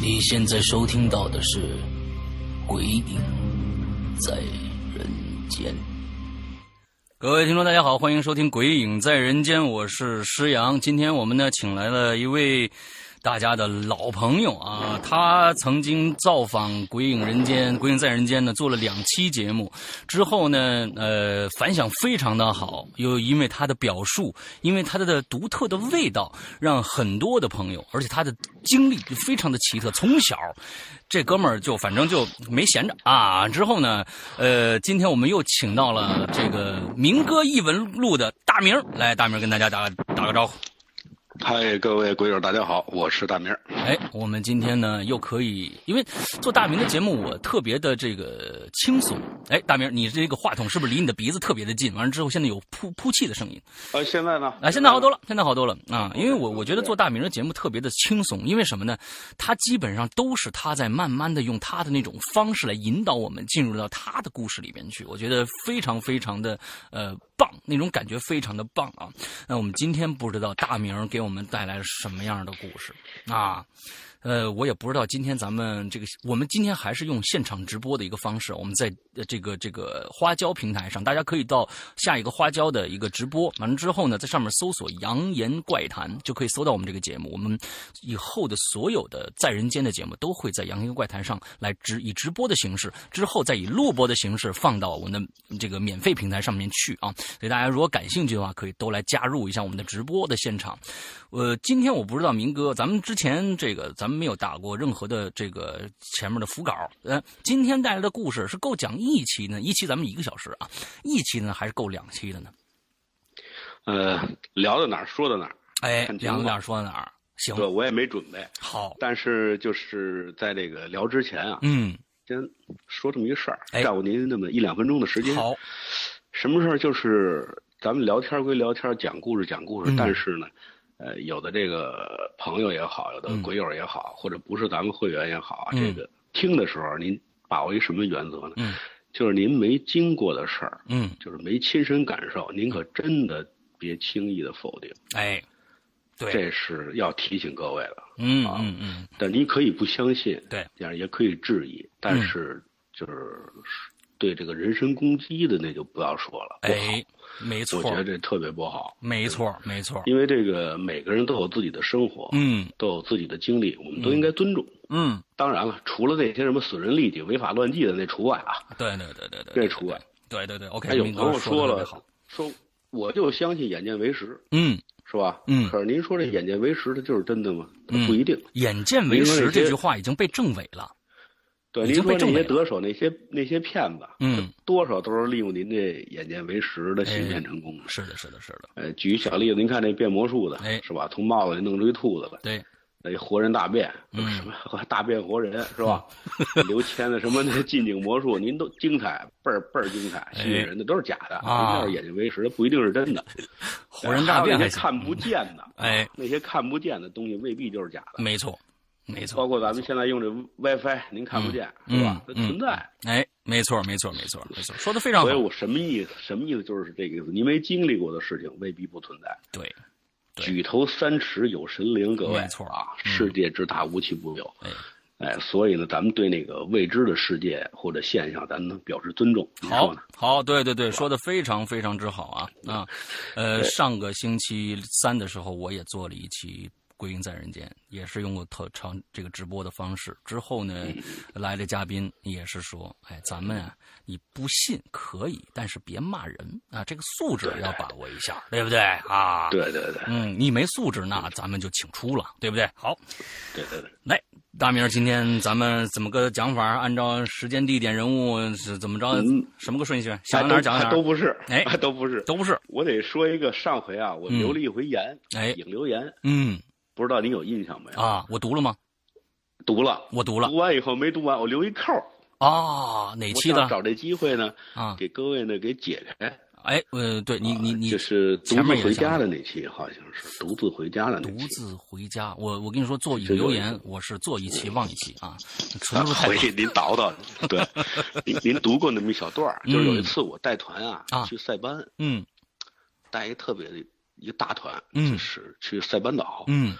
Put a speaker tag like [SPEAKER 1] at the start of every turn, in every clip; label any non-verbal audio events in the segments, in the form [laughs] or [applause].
[SPEAKER 1] 你现在收听到的是《鬼影在人间》。各位听众，大家好，欢迎收听《鬼影在人间》，我是施阳。今天我们呢，请来了一位大家的老朋友啊，他曾经造访《鬼影人间》《鬼影在人间》呢，做了两期节目，之后呢，呃，反响非常的好，又因为他的表述，因为他的独特的味道，让很多的朋友，呃而且他的经历非常的奇特，从小这哥们儿就反正就没闲着啊。之后呢，呃，今天我们又请到了这个民歌异闻录的大明儿，来，大明儿跟大家打个打个招呼。
[SPEAKER 2] 嗨，各位鬼友，大家好，我是大明儿。
[SPEAKER 1] 哎，我们今天呢又可以，因为做大明的节目，我特别的这个轻松。哎，大明，你这个话筒是不是离你的鼻子特别的近？完了之后，现在有噗噗气的声音。
[SPEAKER 2] 呃，现在呢？
[SPEAKER 1] 啊，现在好多了，现在好多了啊！因为我我觉得做大明的节目特别的轻松，因为什么呢？他基本上都是他在慢慢的用他的那种方式来引导我们进入到他的故事里边去，我觉得非常非常的呃棒，那种感觉非常的棒啊！那我们今天不知道大明给我们带来什么样的故事啊？呃，我也不知道今天咱们这个，我们今天还是用现场直播的一个方式，我们在呃这个这个花椒平台上，大家可以到下一个花椒的一个直播，完了之后呢，在上面搜索“扬言怪谈”，就可以搜到我们这个节目。我们以后的所有的在人间的节目都会在“扬言怪谈”上来直以直播的形式，之后再以录播的形式放到我们的这个免费平台上面去啊。所以大家如果感兴趣的话，可以都来加入一下我们的直播的现场。呃，今天我不知道明哥，咱们之前这个咱们没有打过任何的这个前面的辅稿，呃，今天带来的故事是够讲一期呢，一期咱们一个小时啊，一期呢还是够两期的呢？
[SPEAKER 2] 呃，聊到哪儿说到哪儿。
[SPEAKER 1] 哎，
[SPEAKER 2] 看情
[SPEAKER 1] 两
[SPEAKER 2] 况
[SPEAKER 1] 两说到哪儿？行
[SPEAKER 2] 对，，我也没准备，
[SPEAKER 1] 好，
[SPEAKER 2] 但是就是在这个聊之前啊，
[SPEAKER 1] 嗯，
[SPEAKER 2] 先说这么一个事儿，
[SPEAKER 1] 哎
[SPEAKER 2] 占我您那么一两分钟的时间。
[SPEAKER 1] 好，
[SPEAKER 2] 什么事儿？就是咱们聊天归聊天，讲故事讲故事，
[SPEAKER 1] 嗯
[SPEAKER 2] 但是呢，呃，有的这个朋友也好，有的
[SPEAKER 1] 嗯
[SPEAKER 2] 鬼友也好，或者不是咱们会员也好，啊
[SPEAKER 1] 嗯
[SPEAKER 2] 这个听的时候您把握一什么原则呢？
[SPEAKER 1] 嗯
[SPEAKER 2] 就是您没经过的事儿，
[SPEAKER 1] 嗯，
[SPEAKER 2] 就是没亲身感受，您可真的别轻易的否定，
[SPEAKER 1] 哎，对，
[SPEAKER 2] 这是要提醒各位的。
[SPEAKER 1] 嗯
[SPEAKER 2] 啊
[SPEAKER 1] 嗯嗯，
[SPEAKER 2] 但你可以不相信，
[SPEAKER 1] 对，嗯
[SPEAKER 2] 这样也可以质疑，但是就是对这个人身攻击的那就不要说了，不好
[SPEAKER 1] 哎，没错
[SPEAKER 2] 我，觉得这特别不好，
[SPEAKER 1] 没错，没错，
[SPEAKER 2] 因为这个每个人都有自己的生活，
[SPEAKER 1] 嗯
[SPEAKER 2] 都有自己的经历，我们都应该尊重。
[SPEAKER 1] 嗯，
[SPEAKER 2] 当然了，除了那些什么损人利己、违法乱纪的那除外啊，
[SPEAKER 1] 对对对对对，
[SPEAKER 2] 这除外。
[SPEAKER 1] 对对对，OK，
[SPEAKER 2] 哎，有
[SPEAKER 1] 明
[SPEAKER 2] 朋
[SPEAKER 1] 哥
[SPEAKER 2] 友
[SPEAKER 1] 说
[SPEAKER 2] 说
[SPEAKER 1] 的特别
[SPEAKER 2] 了
[SPEAKER 1] 好，，
[SPEAKER 2] 说我就相信眼见为实，
[SPEAKER 1] 嗯。
[SPEAKER 2] 是吧？
[SPEAKER 1] 嗯
[SPEAKER 2] 可是您说这眼见为实，它就是真的吗？它
[SPEAKER 1] 嗯
[SPEAKER 2] 不一定。
[SPEAKER 1] 眼见为
[SPEAKER 2] 您说
[SPEAKER 1] 实
[SPEAKER 2] 那
[SPEAKER 1] 这
[SPEAKER 2] 些
[SPEAKER 1] 句话已经被证伪了。
[SPEAKER 2] 对，
[SPEAKER 1] 已
[SPEAKER 2] 您
[SPEAKER 1] 经
[SPEAKER 2] 说
[SPEAKER 1] 被
[SPEAKER 2] 那
[SPEAKER 1] 证伪
[SPEAKER 2] 些
[SPEAKER 1] 了
[SPEAKER 2] 得手那些那些骗子，啊
[SPEAKER 1] 嗯，哎
[SPEAKER 2] 多少都是利用您这眼见为实的欺骗成功的。
[SPEAKER 1] 是的，是的，是的，
[SPEAKER 2] 呃，举一小例子，您看那变魔术的，
[SPEAKER 1] 哎
[SPEAKER 2] 是吧？从帽子里弄出一兔子来，
[SPEAKER 1] 对，
[SPEAKER 2] 那活人大便，
[SPEAKER 1] 嗯
[SPEAKER 2] 什么大变活人是吧？ [laughs] 刘谦的什么那近景魔术，您都精彩，倍儿倍儿精彩，吸引人的都是假的，
[SPEAKER 1] 哎啊
[SPEAKER 2] 您要是眼睛为实，不一定是真的。
[SPEAKER 1] 活人大便
[SPEAKER 2] 还有那
[SPEAKER 1] 还
[SPEAKER 2] 些
[SPEAKER 1] 行
[SPEAKER 2] 看不见的，
[SPEAKER 1] 哎，
[SPEAKER 2] 那些看不见的东西未必就是假的，
[SPEAKER 1] 没错，没错，
[SPEAKER 2] 包括咱们现在用这 WiFi，您看不见
[SPEAKER 1] 嗯
[SPEAKER 2] 是吧？它
[SPEAKER 1] 嗯
[SPEAKER 2] 存在。
[SPEAKER 1] 哎，没错，没错，没错，没错，说的非常好
[SPEAKER 2] 所以，我什么意思？什么意思？就是这个意思。您没经历过的事情未必不存在。
[SPEAKER 1] 对，对
[SPEAKER 2] 举头三尺有神灵，各位，
[SPEAKER 1] 没错
[SPEAKER 2] 啊，
[SPEAKER 1] 嗯
[SPEAKER 2] 世界之大无奇不有。
[SPEAKER 1] 哎，
[SPEAKER 2] 哎，所以呢，咱们对那个未知的世界或者现象，咱们表示尊重。你说
[SPEAKER 1] 好
[SPEAKER 2] 呢？
[SPEAKER 1] 好，对对对，说的非常非常之好啊啊，呃，上个星期三的时候我也做了一期归隐在人间》，也是用过特长这个直播的方式。之后呢，
[SPEAKER 2] 嗯
[SPEAKER 1] 来的嘉宾也是说：“哎，咱们啊，你不信可以，但是别骂人啊，这个素质要把握一下，对不对啊？”
[SPEAKER 2] 对对对
[SPEAKER 1] 嗯，你没素质，那咱们就请出了，对不对？好，
[SPEAKER 2] 对对对，
[SPEAKER 1] 来，大明儿，今天咱们怎么个讲法？按照时间、地点、人物是怎么着？
[SPEAKER 2] 嗯
[SPEAKER 1] 什么个顺序？ [laughs] 想哪
[SPEAKER 2] 还
[SPEAKER 1] 儿
[SPEAKER 2] 都
[SPEAKER 1] 讲哪
[SPEAKER 2] 还
[SPEAKER 1] 儿，
[SPEAKER 2] 都不是，
[SPEAKER 1] 哎
[SPEAKER 2] 还都不是。
[SPEAKER 1] 都不是。
[SPEAKER 2] 我得说一个，上回啊，我留了一回言，
[SPEAKER 1] 哎，
[SPEAKER 2] 引留言，
[SPEAKER 1] 嗯
[SPEAKER 2] 不知道您有印象没有？
[SPEAKER 1] 啊，我读了吗？
[SPEAKER 2] 读了，
[SPEAKER 1] 我读了
[SPEAKER 2] 读完以后没读完，我留一扣儿。
[SPEAKER 1] 啊，哪
[SPEAKER 2] 我
[SPEAKER 1] 期
[SPEAKER 2] 想
[SPEAKER 1] 的
[SPEAKER 2] 找这机会呢，
[SPEAKER 1] 啊？
[SPEAKER 2] 给各位呢给解开。
[SPEAKER 1] 哎，呃，对你你你
[SPEAKER 2] 啊就是独
[SPEAKER 1] 前
[SPEAKER 2] 自
[SPEAKER 1] 面也
[SPEAKER 2] 回
[SPEAKER 1] 想
[SPEAKER 2] 家的那期，好像是独自回家的那
[SPEAKER 1] 独
[SPEAKER 2] 期。
[SPEAKER 1] 自回家，我我跟你说，做引
[SPEAKER 2] 这就
[SPEAKER 1] 流言，我是做一期忘一期啊，纯属太
[SPEAKER 2] 回去您
[SPEAKER 1] [laughs]
[SPEAKER 2] 倒倒，对，您您读过那么一小段儿，就是有一次我带团啊
[SPEAKER 1] 嗯嗯啊，
[SPEAKER 2] 去塞班，
[SPEAKER 1] 嗯
[SPEAKER 2] 带一特别的一个大团，
[SPEAKER 1] 嗯
[SPEAKER 2] 就是去塞班岛，
[SPEAKER 1] 嗯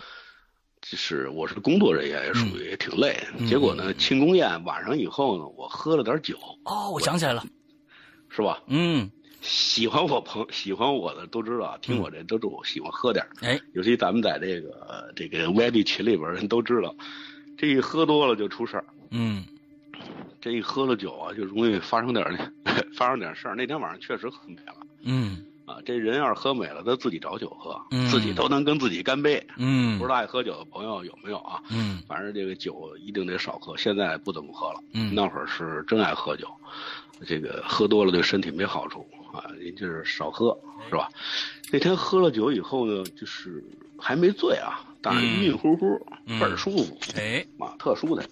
[SPEAKER 2] 就是我是工作人员，也属于挺累。
[SPEAKER 1] 嗯
[SPEAKER 2] 结果呢，庆功宴晚上以后呢，我喝了点酒，
[SPEAKER 1] 哦，我想起来了，
[SPEAKER 2] 是吧？
[SPEAKER 1] 嗯
[SPEAKER 2] 喜欢我朋喜欢我的都知道，听我这都是我喜欢喝点儿
[SPEAKER 1] 哎
[SPEAKER 2] 尤其咱们在这个呃这个 VIP 群里边儿人都知道，这一喝多了就出事儿。
[SPEAKER 1] 嗯
[SPEAKER 2] 这一喝了酒啊，就容易发生点儿 [laughs] 发生点儿事儿。那天晚上确实喝美了
[SPEAKER 1] 嗯
[SPEAKER 2] 啊，这人要是喝美了，他自己找酒喝，
[SPEAKER 1] 嗯
[SPEAKER 2] 自己都能跟自己干杯。
[SPEAKER 1] 嗯
[SPEAKER 2] 不知道爱喝酒的朋友有没有啊？
[SPEAKER 1] 嗯
[SPEAKER 2] 反正这个酒一定得少喝，现在不怎么喝了。
[SPEAKER 1] 嗯
[SPEAKER 2] 那会儿是真爱喝酒，这个喝多了对身体没好处啊，您就是少喝
[SPEAKER 1] 哎
[SPEAKER 2] 是吧？那天喝了酒以后呢，就是还没醉啊，但是
[SPEAKER 1] 嗯
[SPEAKER 2] 晕晕乎乎，
[SPEAKER 1] 嗯
[SPEAKER 2] 倍儿舒服
[SPEAKER 1] 哎
[SPEAKER 2] 啊，特舒坦。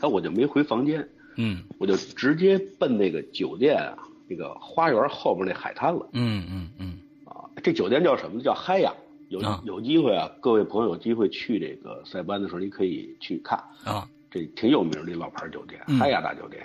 [SPEAKER 2] 但我就没回房间，
[SPEAKER 1] 嗯
[SPEAKER 2] 我就直接奔那个酒店啊，那个花园后边那海滩了
[SPEAKER 1] 嗯嗯嗯
[SPEAKER 2] 啊。这酒店叫什么呢？叫嗨呀。有
[SPEAKER 1] 啊
[SPEAKER 2] 有机会啊，各位朋友有机会去这个塞班的时候，你可以去看。
[SPEAKER 1] 啊
[SPEAKER 2] 这挺有名的一老牌酒店，
[SPEAKER 1] 嗯
[SPEAKER 2] 嗨雅大酒店。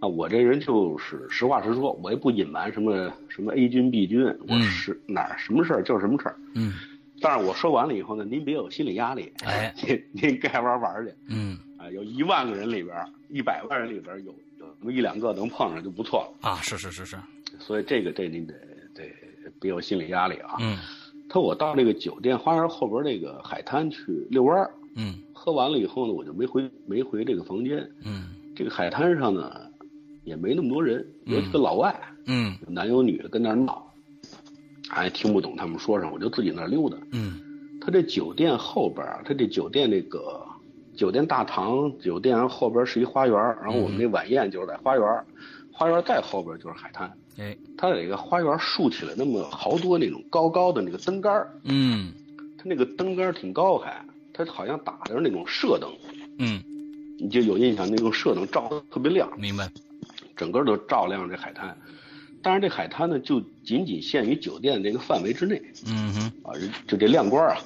[SPEAKER 2] 啊，我这人就是实话实说，我也不隐瞒什么什么 A 君 B 君，我
[SPEAKER 1] 嗯
[SPEAKER 2] 是哪儿什么事儿就是什么事儿。
[SPEAKER 1] 嗯
[SPEAKER 2] 但是我说完了以后呢，您别有心理压力，
[SPEAKER 1] 哎
[SPEAKER 2] [laughs] 您您该玩玩去
[SPEAKER 1] 嗯
[SPEAKER 2] 啊。有一万个人里边儿，一百万人里边儿有有那么一两个能碰上就不错了。
[SPEAKER 1] 啊，是是是是，
[SPEAKER 2] 所以这个这您得得别有心理压力啊。
[SPEAKER 1] 嗯
[SPEAKER 2] 他我到这个酒店花园后边儿这个海滩去遛弯儿，
[SPEAKER 1] 嗯
[SPEAKER 2] 喝完了以后呢，我就没回没回这个房间。
[SPEAKER 1] 嗯
[SPEAKER 2] 这个海滩上呢，也没那么多人，
[SPEAKER 1] 嗯
[SPEAKER 2] 有几个老外，
[SPEAKER 1] 嗯
[SPEAKER 2] 有男有女的跟那儿闹，哎，听不懂他们说什么，我就自己那儿溜达。
[SPEAKER 1] 嗯
[SPEAKER 2] 他这酒店后边儿，他这酒店这个酒店大堂，酒店后边是一花园儿，然后我们这晚宴就是在花园儿，花园儿再后边就是海滩。
[SPEAKER 1] 哎
[SPEAKER 2] 它在这个花园儿竖起来那么好多那种高高的那个灯杆儿，
[SPEAKER 1] 嗯
[SPEAKER 2] 它那个灯杆儿挺高还，它好像打的是那种射灯，
[SPEAKER 1] 嗯，
[SPEAKER 2] 你就有印象那种射灯照得特别亮。
[SPEAKER 1] 明白，
[SPEAKER 2] 整个都照亮这海滩。当然，这海滩呢，就仅仅限于酒店这个范围之内
[SPEAKER 1] 嗯哼，
[SPEAKER 2] 啊，人就这亮光啊，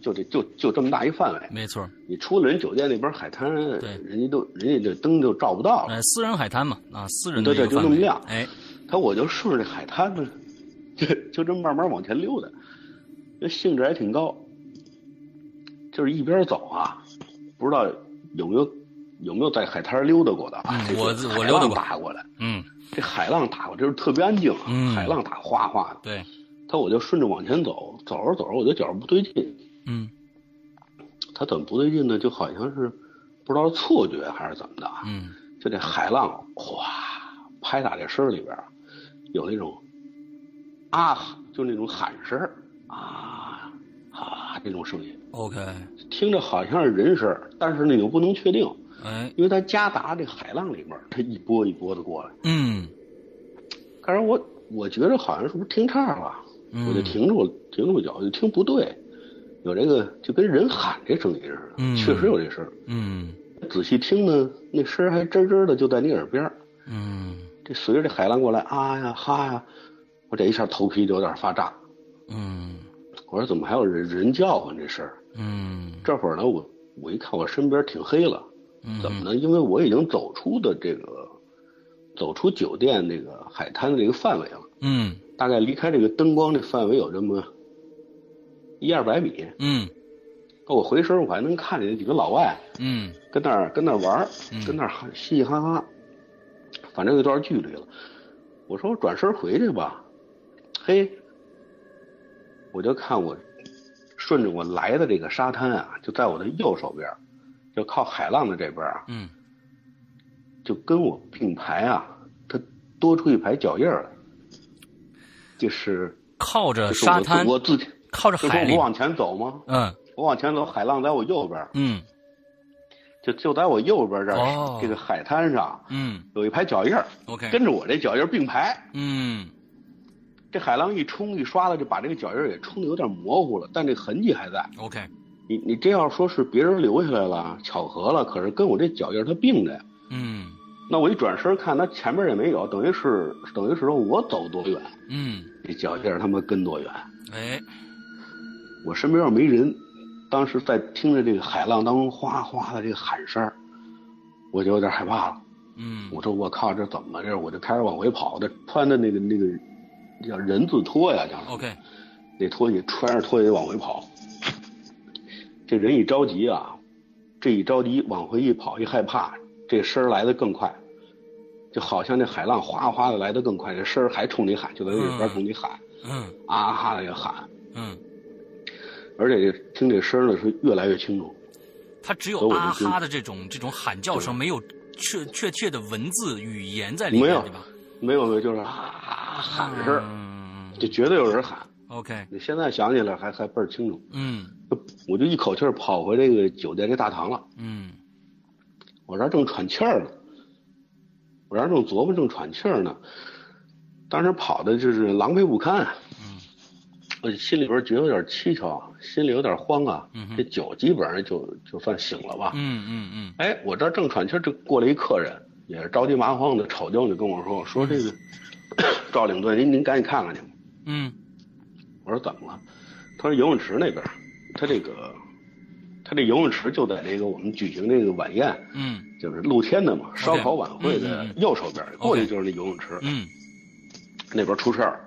[SPEAKER 2] 就这就就这么大一范围。
[SPEAKER 1] 没错儿，
[SPEAKER 2] 你出了人酒店那边海滩，
[SPEAKER 1] 对
[SPEAKER 2] 人家都人家这灯就照不到了。
[SPEAKER 1] 哎，私人海滩嘛，啊，私人的
[SPEAKER 2] 对对
[SPEAKER 1] 一个
[SPEAKER 2] 就
[SPEAKER 1] 范
[SPEAKER 2] 那么
[SPEAKER 1] 围
[SPEAKER 2] 亮
[SPEAKER 1] 哎，
[SPEAKER 2] 他我就顺着这海滩呢，就就这么慢慢往前溜达，这兴致还挺高。就是一边走啊，不知道有没有有没有在海滩溜达过的啊
[SPEAKER 1] 嗯？
[SPEAKER 2] 这个
[SPEAKER 1] 我
[SPEAKER 2] 海
[SPEAKER 1] 我溜达
[SPEAKER 2] 浪
[SPEAKER 1] 过
[SPEAKER 2] 打过来，
[SPEAKER 1] 嗯，
[SPEAKER 2] 这海浪打过来，就是特别安静啊，
[SPEAKER 1] 嗯
[SPEAKER 2] 海浪打哗哗的。
[SPEAKER 1] 对，
[SPEAKER 2] 他我就顺着往前走，走着走着我就觉着不对劲，
[SPEAKER 1] 嗯
[SPEAKER 2] 他怎么不对劲呢？就好像是不知道是错觉还是怎么的啊，
[SPEAKER 1] 嗯。
[SPEAKER 2] 就这海浪哗拍打这声儿里边儿，有那种啊，就那种喊声儿啊啊这种声音，
[SPEAKER 1] OK，
[SPEAKER 2] 听着好像是人声儿，但是呢又不能确定，
[SPEAKER 1] 哎，
[SPEAKER 2] 因为它夹杂这海浪里面儿，它一波一波的过来。
[SPEAKER 1] 嗯，
[SPEAKER 2] 但是我我觉着好像是不是听岔了，
[SPEAKER 1] 嗯
[SPEAKER 2] 我就停住了，停住脚，我就听不对，有这个就跟人喊这声音似的，
[SPEAKER 1] 嗯
[SPEAKER 2] 确实有这声儿。
[SPEAKER 1] 嗯
[SPEAKER 2] 仔细听呢，那声儿还真真的就在你耳边儿。
[SPEAKER 1] 嗯
[SPEAKER 2] 这随着这海浪过来，啊呀哈呀，我这一下头皮就有点发炸。
[SPEAKER 1] 嗯
[SPEAKER 2] 我说怎么还有人人叫唤这事儿？
[SPEAKER 1] 嗯，
[SPEAKER 2] 这会儿呢，我我一看我身边挺黑了，
[SPEAKER 1] 嗯
[SPEAKER 2] 怎么？呢？因为我已经走出的这个，走出酒店那个海滩的这个范围了。
[SPEAKER 1] 嗯
[SPEAKER 2] 大概离开这个灯光这范围有这么一二百米。
[SPEAKER 1] 嗯
[SPEAKER 2] 我回身我还能看见几个老外
[SPEAKER 1] 嗯
[SPEAKER 2] 跟那儿跟那儿玩儿
[SPEAKER 1] 嗯，
[SPEAKER 2] 跟那儿哈嘻嘻哈哈，反正有段距离了。我说我转身回去吧，嘿，我就看我顺着我来的这个沙滩啊，就在我的右手边，就靠海浪的这边啊，
[SPEAKER 1] 嗯，
[SPEAKER 2] 就跟我并排啊，它多出一排脚印儿来，就是
[SPEAKER 1] 靠
[SPEAKER 2] 就
[SPEAKER 1] 着
[SPEAKER 2] 是
[SPEAKER 1] 呃沙滩
[SPEAKER 2] 我，我自己
[SPEAKER 1] 靠着
[SPEAKER 2] 就
[SPEAKER 1] 海
[SPEAKER 2] 是
[SPEAKER 1] 里
[SPEAKER 2] 我，往前走吗？
[SPEAKER 1] 嗯
[SPEAKER 2] 我往前走，海浪在我右边，
[SPEAKER 1] 嗯
[SPEAKER 2] 就就在我右边这儿、
[SPEAKER 1] 哦
[SPEAKER 2] 这个海滩上
[SPEAKER 1] 嗯
[SPEAKER 2] 有一排脚印儿，
[SPEAKER 1] ，OK，
[SPEAKER 2] 跟着我这脚印儿并排。
[SPEAKER 1] 嗯
[SPEAKER 2] 这海浪一冲一刷的，就把这个脚印儿给冲的有点模糊了，但这痕迹还在。
[SPEAKER 1] OK，
[SPEAKER 2] 你你这要说是别人留下来了，巧合了，可是跟我这脚印儿它并着呀。
[SPEAKER 1] 嗯
[SPEAKER 2] 那我一转身看，它前面也没有，等于是等于是说我走多远，
[SPEAKER 1] 嗯，
[SPEAKER 2] 这脚印儿他妈跟多远。
[SPEAKER 1] 哎，
[SPEAKER 2] 我身边要没人，当时在听着这个海浪当中哗哗的这个喊声儿，我就有点害怕了。
[SPEAKER 1] 嗯
[SPEAKER 2] 我说我靠，这怎么了？这我就开始往回跑，这穿的那个那个叫人字拖呀，叫什么
[SPEAKER 1] ，OK，
[SPEAKER 2] 那拖鞋穿着拖鞋往回跑。这人一着急啊，这一着急往回一跑一害怕，这声儿来的更快，就好像这海浪哗哗的来的更快，这声儿还冲你喊，就在那里边冲你喊，
[SPEAKER 1] 嗯
[SPEAKER 2] 啊啊哈的也喊，
[SPEAKER 1] 嗯，
[SPEAKER 2] 而且这听这声儿呢是越来越清楚。
[SPEAKER 1] 它只有
[SPEAKER 2] 所以我就
[SPEAKER 1] 啊
[SPEAKER 2] 跟
[SPEAKER 1] 哈的这种这种喊叫声，没有确确切的文字语言在里
[SPEAKER 2] 没
[SPEAKER 1] 面，
[SPEAKER 2] 有
[SPEAKER 1] 对吧？
[SPEAKER 2] 没有没有，就是啊啊喊的声儿，
[SPEAKER 1] 嗯
[SPEAKER 2] 就绝对有人喊。
[SPEAKER 1] ，OK，
[SPEAKER 2] 你现在想起来还还倍儿清楚，
[SPEAKER 1] 嗯
[SPEAKER 2] 我就一口气儿跑回这个酒店这大堂了。
[SPEAKER 1] 嗯
[SPEAKER 2] 我这儿正喘气儿呢，我这儿正琢磨正喘气儿呢，当时跑的就是狼狈不堪，
[SPEAKER 1] 嗯
[SPEAKER 2] 我心里边觉得有点蹊跷，心里有点慌啊。
[SPEAKER 1] 嗯哼
[SPEAKER 2] 这酒基本上就就算醒了吧。
[SPEAKER 1] 嗯嗯嗯，
[SPEAKER 2] 哎，我这儿正喘气儿，就过来一客人，也是着急麻慌的，瞅见我就跟我说说这个 [coughs] 赵领队，您您赶紧看看去。
[SPEAKER 1] 嗯
[SPEAKER 2] 我说怎么了？他说游泳池那边儿，他这个他这游泳池就在这个我们举行这个晚宴。
[SPEAKER 1] 嗯
[SPEAKER 2] 就是露天的嘛，烧烤晚会的
[SPEAKER 1] 嗯嗯嗯
[SPEAKER 2] 右手边儿，过去就是那游泳池，
[SPEAKER 1] 嗯
[SPEAKER 2] 那边出事儿了。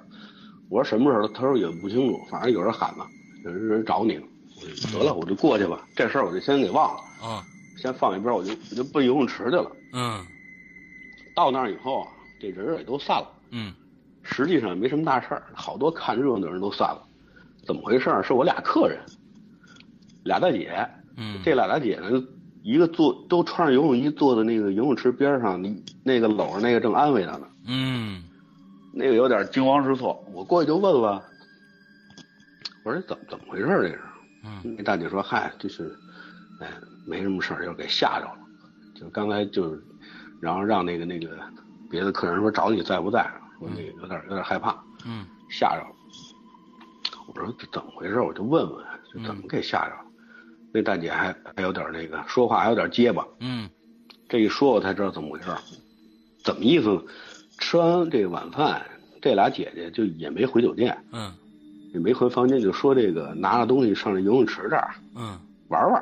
[SPEAKER 2] 我说什么事儿？他说也不清楚，反正有人喊嘛，有人找你了。我就得了，我就过去吧，这事儿我就先给忘了，
[SPEAKER 1] 啊
[SPEAKER 2] 先放一边儿，我就我就奔游泳池去了。
[SPEAKER 1] 嗯
[SPEAKER 2] 到那儿以后啊，这人儿也都散了，
[SPEAKER 1] 嗯
[SPEAKER 2] 实际上也没什么大事儿，好多看热闹的人都散了。怎么回事儿？是我俩客人，俩大姐，
[SPEAKER 1] 嗯，
[SPEAKER 2] 这俩大姐呢，一个坐都穿着游泳衣坐在那个游泳池边上，你那个搂着那个正安慰她呢，
[SPEAKER 1] 嗯
[SPEAKER 2] 那个有点惊慌失措。我过去就问问，我说怎么怎么回事儿这是？
[SPEAKER 1] 嗯
[SPEAKER 2] 那大姐说：“嗨，就是，哎，没什么事儿，就是给吓着了。就刚才就是，然后让那个那个别的客人说找你在不在，说那个有点有点害怕，
[SPEAKER 1] 嗯
[SPEAKER 2] 吓着了。”我说这怎么回事儿？我就问问，这怎么给吓着了？那大姐还还有点那个说话还有点结巴，
[SPEAKER 1] 嗯
[SPEAKER 2] 这一说我才知道怎么回事儿，怎么意思呢？吃完这晚饭，这俩姐姐就也没回酒店，
[SPEAKER 1] 嗯
[SPEAKER 2] 也没回房间，就说这个拿着东西上这游泳池这儿
[SPEAKER 1] 嗯，
[SPEAKER 2] 玩玩。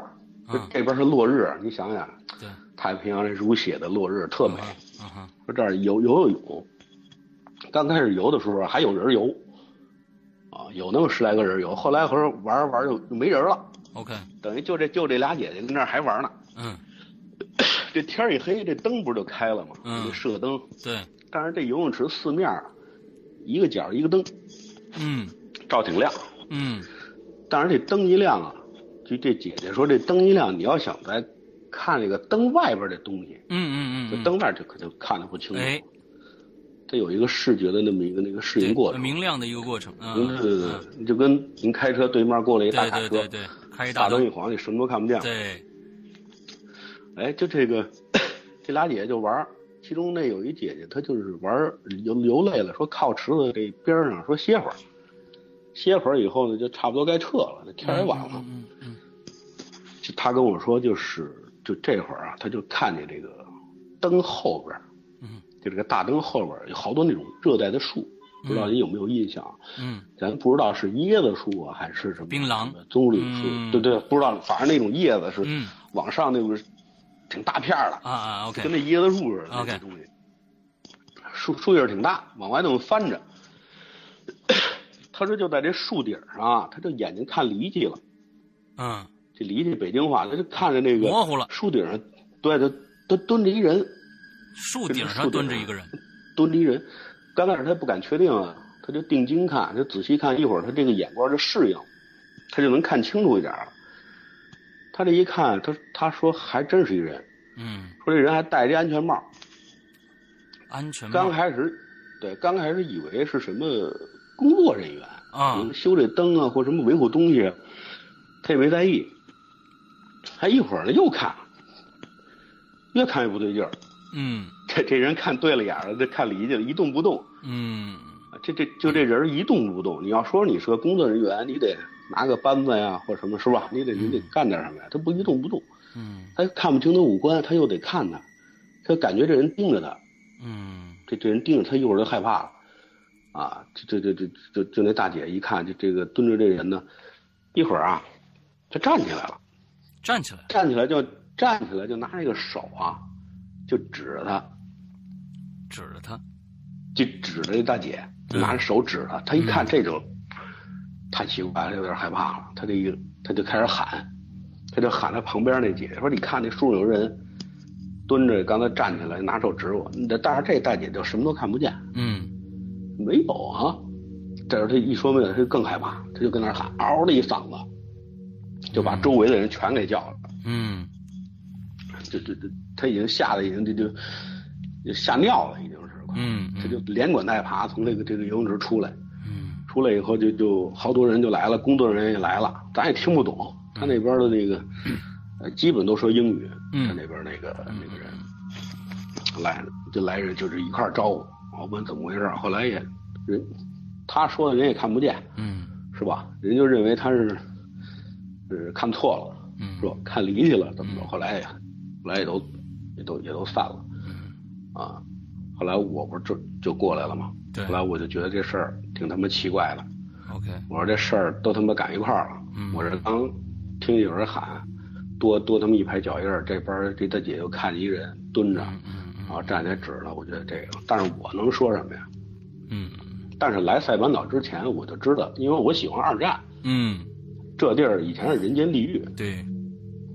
[SPEAKER 2] 这
[SPEAKER 1] 嗯
[SPEAKER 2] 这边是落日，你想想，
[SPEAKER 1] 对，
[SPEAKER 2] 太平洋这如血的落日特美。
[SPEAKER 1] 嗯哼，
[SPEAKER 2] 说这儿游游游泳，刚开始游的时候还有人游，啊，有那么十来个人游。后来和玩着玩着就没人了，
[SPEAKER 1] OK，
[SPEAKER 2] 等于就这就这俩姐姐跟那儿还玩呢。
[SPEAKER 1] 嗯，
[SPEAKER 2] 这天儿一黑，这灯不是就开了吗？
[SPEAKER 1] 嗯
[SPEAKER 2] 这射灯。
[SPEAKER 1] 对，
[SPEAKER 2] 但是这游泳池四面儿啊一个角儿一个灯，
[SPEAKER 1] 嗯
[SPEAKER 2] 照挺亮。
[SPEAKER 1] 嗯
[SPEAKER 2] 但是这灯一亮啊，就这姐姐说这灯一亮，你要想在看这个灯外边儿这东西，
[SPEAKER 1] 嗯嗯嗯，
[SPEAKER 2] 这灯外就可就看得不清楚。
[SPEAKER 1] 哎，
[SPEAKER 2] 它有一个视觉的那么一个那个适应过程。
[SPEAKER 1] 明亮的一个过程，
[SPEAKER 2] 对
[SPEAKER 1] 嗯，
[SPEAKER 2] 对对对，你就跟您开车对面过来一大
[SPEAKER 1] 对
[SPEAKER 2] 卡
[SPEAKER 1] 对
[SPEAKER 2] 车
[SPEAKER 1] 对，对，开一
[SPEAKER 2] 大
[SPEAKER 1] 大
[SPEAKER 2] 灯
[SPEAKER 1] 灯
[SPEAKER 2] 一，晃，你什么都看不见。
[SPEAKER 1] 对，
[SPEAKER 2] 哎，就这个，这俩姐姐就玩儿，其中那有一姐姐，她就是玩儿游游累了，说靠池子这边儿上说歇会儿，歇会儿以后呢，就差不多该撤了，那天儿也晚了。
[SPEAKER 1] 嗯嗯
[SPEAKER 2] 就她跟我说，就是就这会儿啊，她就看见这个灯后边儿，
[SPEAKER 1] 嗯
[SPEAKER 2] 就这个大灯后边儿有好多那种热带的树，不知道您有没有印象啊？
[SPEAKER 1] 嗯
[SPEAKER 2] 咱不知道是椰子树啊，还是什么
[SPEAKER 1] 槟榔、
[SPEAKER 2] 棕榈树，
[SPEAKER 1] 嗯
[SPEAKER 2] 对对，不知道，反正那种叶子是
[SPEAKER 1] 嗯
[SPEAKER 2] 往上那个挺大片儿的，
[SPEAKER 1] 啊啊，OK，
[SPEAKER 2] 跟那椰子树似的那
[SPEAKER 1] OK
[SPEAKER 2] 东西。树树叶儿挺大，往外那么翻着。他说就在这树顶上啊，他就眼睛看离去了，
[SPEAKER 1] 嗯
[SPEAKER 2] 这离去北京话，他就看着那个
[SPEAKER 1] 模糊了
[SPEAKER 2] 树顶上，对，他他蹲着一人，
[SPEAKER 1] 树顶上蹲着一个人，
[SPEAKER 2] 蹲着一人。刚开始他不敢确定啊，他就定睛看，他仔细看一会儿，他这个眼光就适应了，他就能看清楚一点儿。他这一看，他他说还真是一人，
[SPEAKER 1] 嗯，
[SPEAKER 2] 说这人还戴着一安全帽。
[SPEAKER 1] 安全帽
[SPEAKER 2] 刚开始，对，刚开始以为是什么工作人员，
[SPEAKER 1] 啊
[SPEAKER 2] 比如修这灯啊或什么维护东西，他也没在意。还一会儿呢，又看，越看越不对劲儿。
[SPEAKER 1] 嗯
[SPEAKER 2] 这这人看对了眼儿了，这看离去了，一动不动。
[SPEAKER 1] 嗯
[SPEAKER 2] 啊这这就这人一动不动。你要说你是个工作人员，你得拿个扳子呀，或者什么，是吧？你得你得干点什么呀？他不一动不动，
[SPEAKER 1] 嗯
[SPEAKER 2] 他看不清他五官，他又得看他，他感觉这人盯着他，
[SPEAKER 1] 嗯
[SPEAKER 2] 这这人盯着他，一会儿就害怕了，啊，这这这这这这那大姐一看，这这个蹲着这人呢，一会儿啊，他站起来了，
[SPEAKER 1] 站起来了，
[SPEAKER 2] 站起来就站起来就拿这个手啊，就指着他，
[SPEAKER 1] 指着他，
[SPEAKER 2] 就指着这大姐，
[SPEAKER 1] 嗯
[SPEAKER 2] 拿着手指着，他一看这就太奇怪了，有点害怕了，他这一他就开始喊，他就喊他旁边那姐说：“你看那树上有人蹲着，刚才站起来拿手指我。”那但是这大姐就什么都看不见，
[SPEAKER 1] 嗯
[SPEAKER 2] 没有啊。这时候他一说没有，他就更害怕，他就跟那儿喊，嗷的一嗓子，就把周围的人全给叫了。
[SPEAKER 1] 嗯
[SPEAKER 2] 这这这，他已经吓得已经这就就吓尿了，已经是快。
[SPEAKER 1] 嗯
[SPEAKER 2] 他就连滚带爬从这个这个游泳池出来，
[SPEAKER 1] 嗯
[SPEAKER 2] 出来以后就就好多人就来了，工作人员也来了，咱也听不懂，他那边的那个，呃，基本都说英语，
[SPEAKER 1] 嗯
[SPEAKER 2] 他那边那个那个人来就来人就是一块儿招呼，我问怎么回事儿，后来也人他说的人也看不见，
[SPEAKER 1] 嗯
[SPEAKER 2] 是吧？人就认为他是是看错了，
[SPEAKER 1] 嗯，
[SPEAKER 2] 是吧？看离去了，怎么着？后来也后来也都也都也都散了，
[SPEAKER 1] 嗯
[SPEAKER 2] 啊，后来我不是就就过来了吗？
[SPEAKER 1] 对
[SPEAKER 2] 后来我就觉得这事儿挺他妈奇怪的，
[SPEAKER 1] ，OK，
[SPEAKER 2] 我说这事儿都他妈赶一块儿了，
[SPEAKER 1] 嗯
[SPEAKER 2] 我这刚听见有人喊，多多他妈一排脚印儿，这边儿这大姐又看见一人蹲着，
[SPEAKER 1] 嗯嗯
[SPEAKER 2] 然后站起来指了，我觉得这个，但是我能说什么呀？
[SPEAKER 1] 嗯
[SPEAKER 2] 但是来塞班岛之前我就知道，因为我喜欢二战，
[SPEAKER 1] 嗯，
[SPEAKER 2] 这地儿以前是人间地狱，
[SPEAKER 1] 对，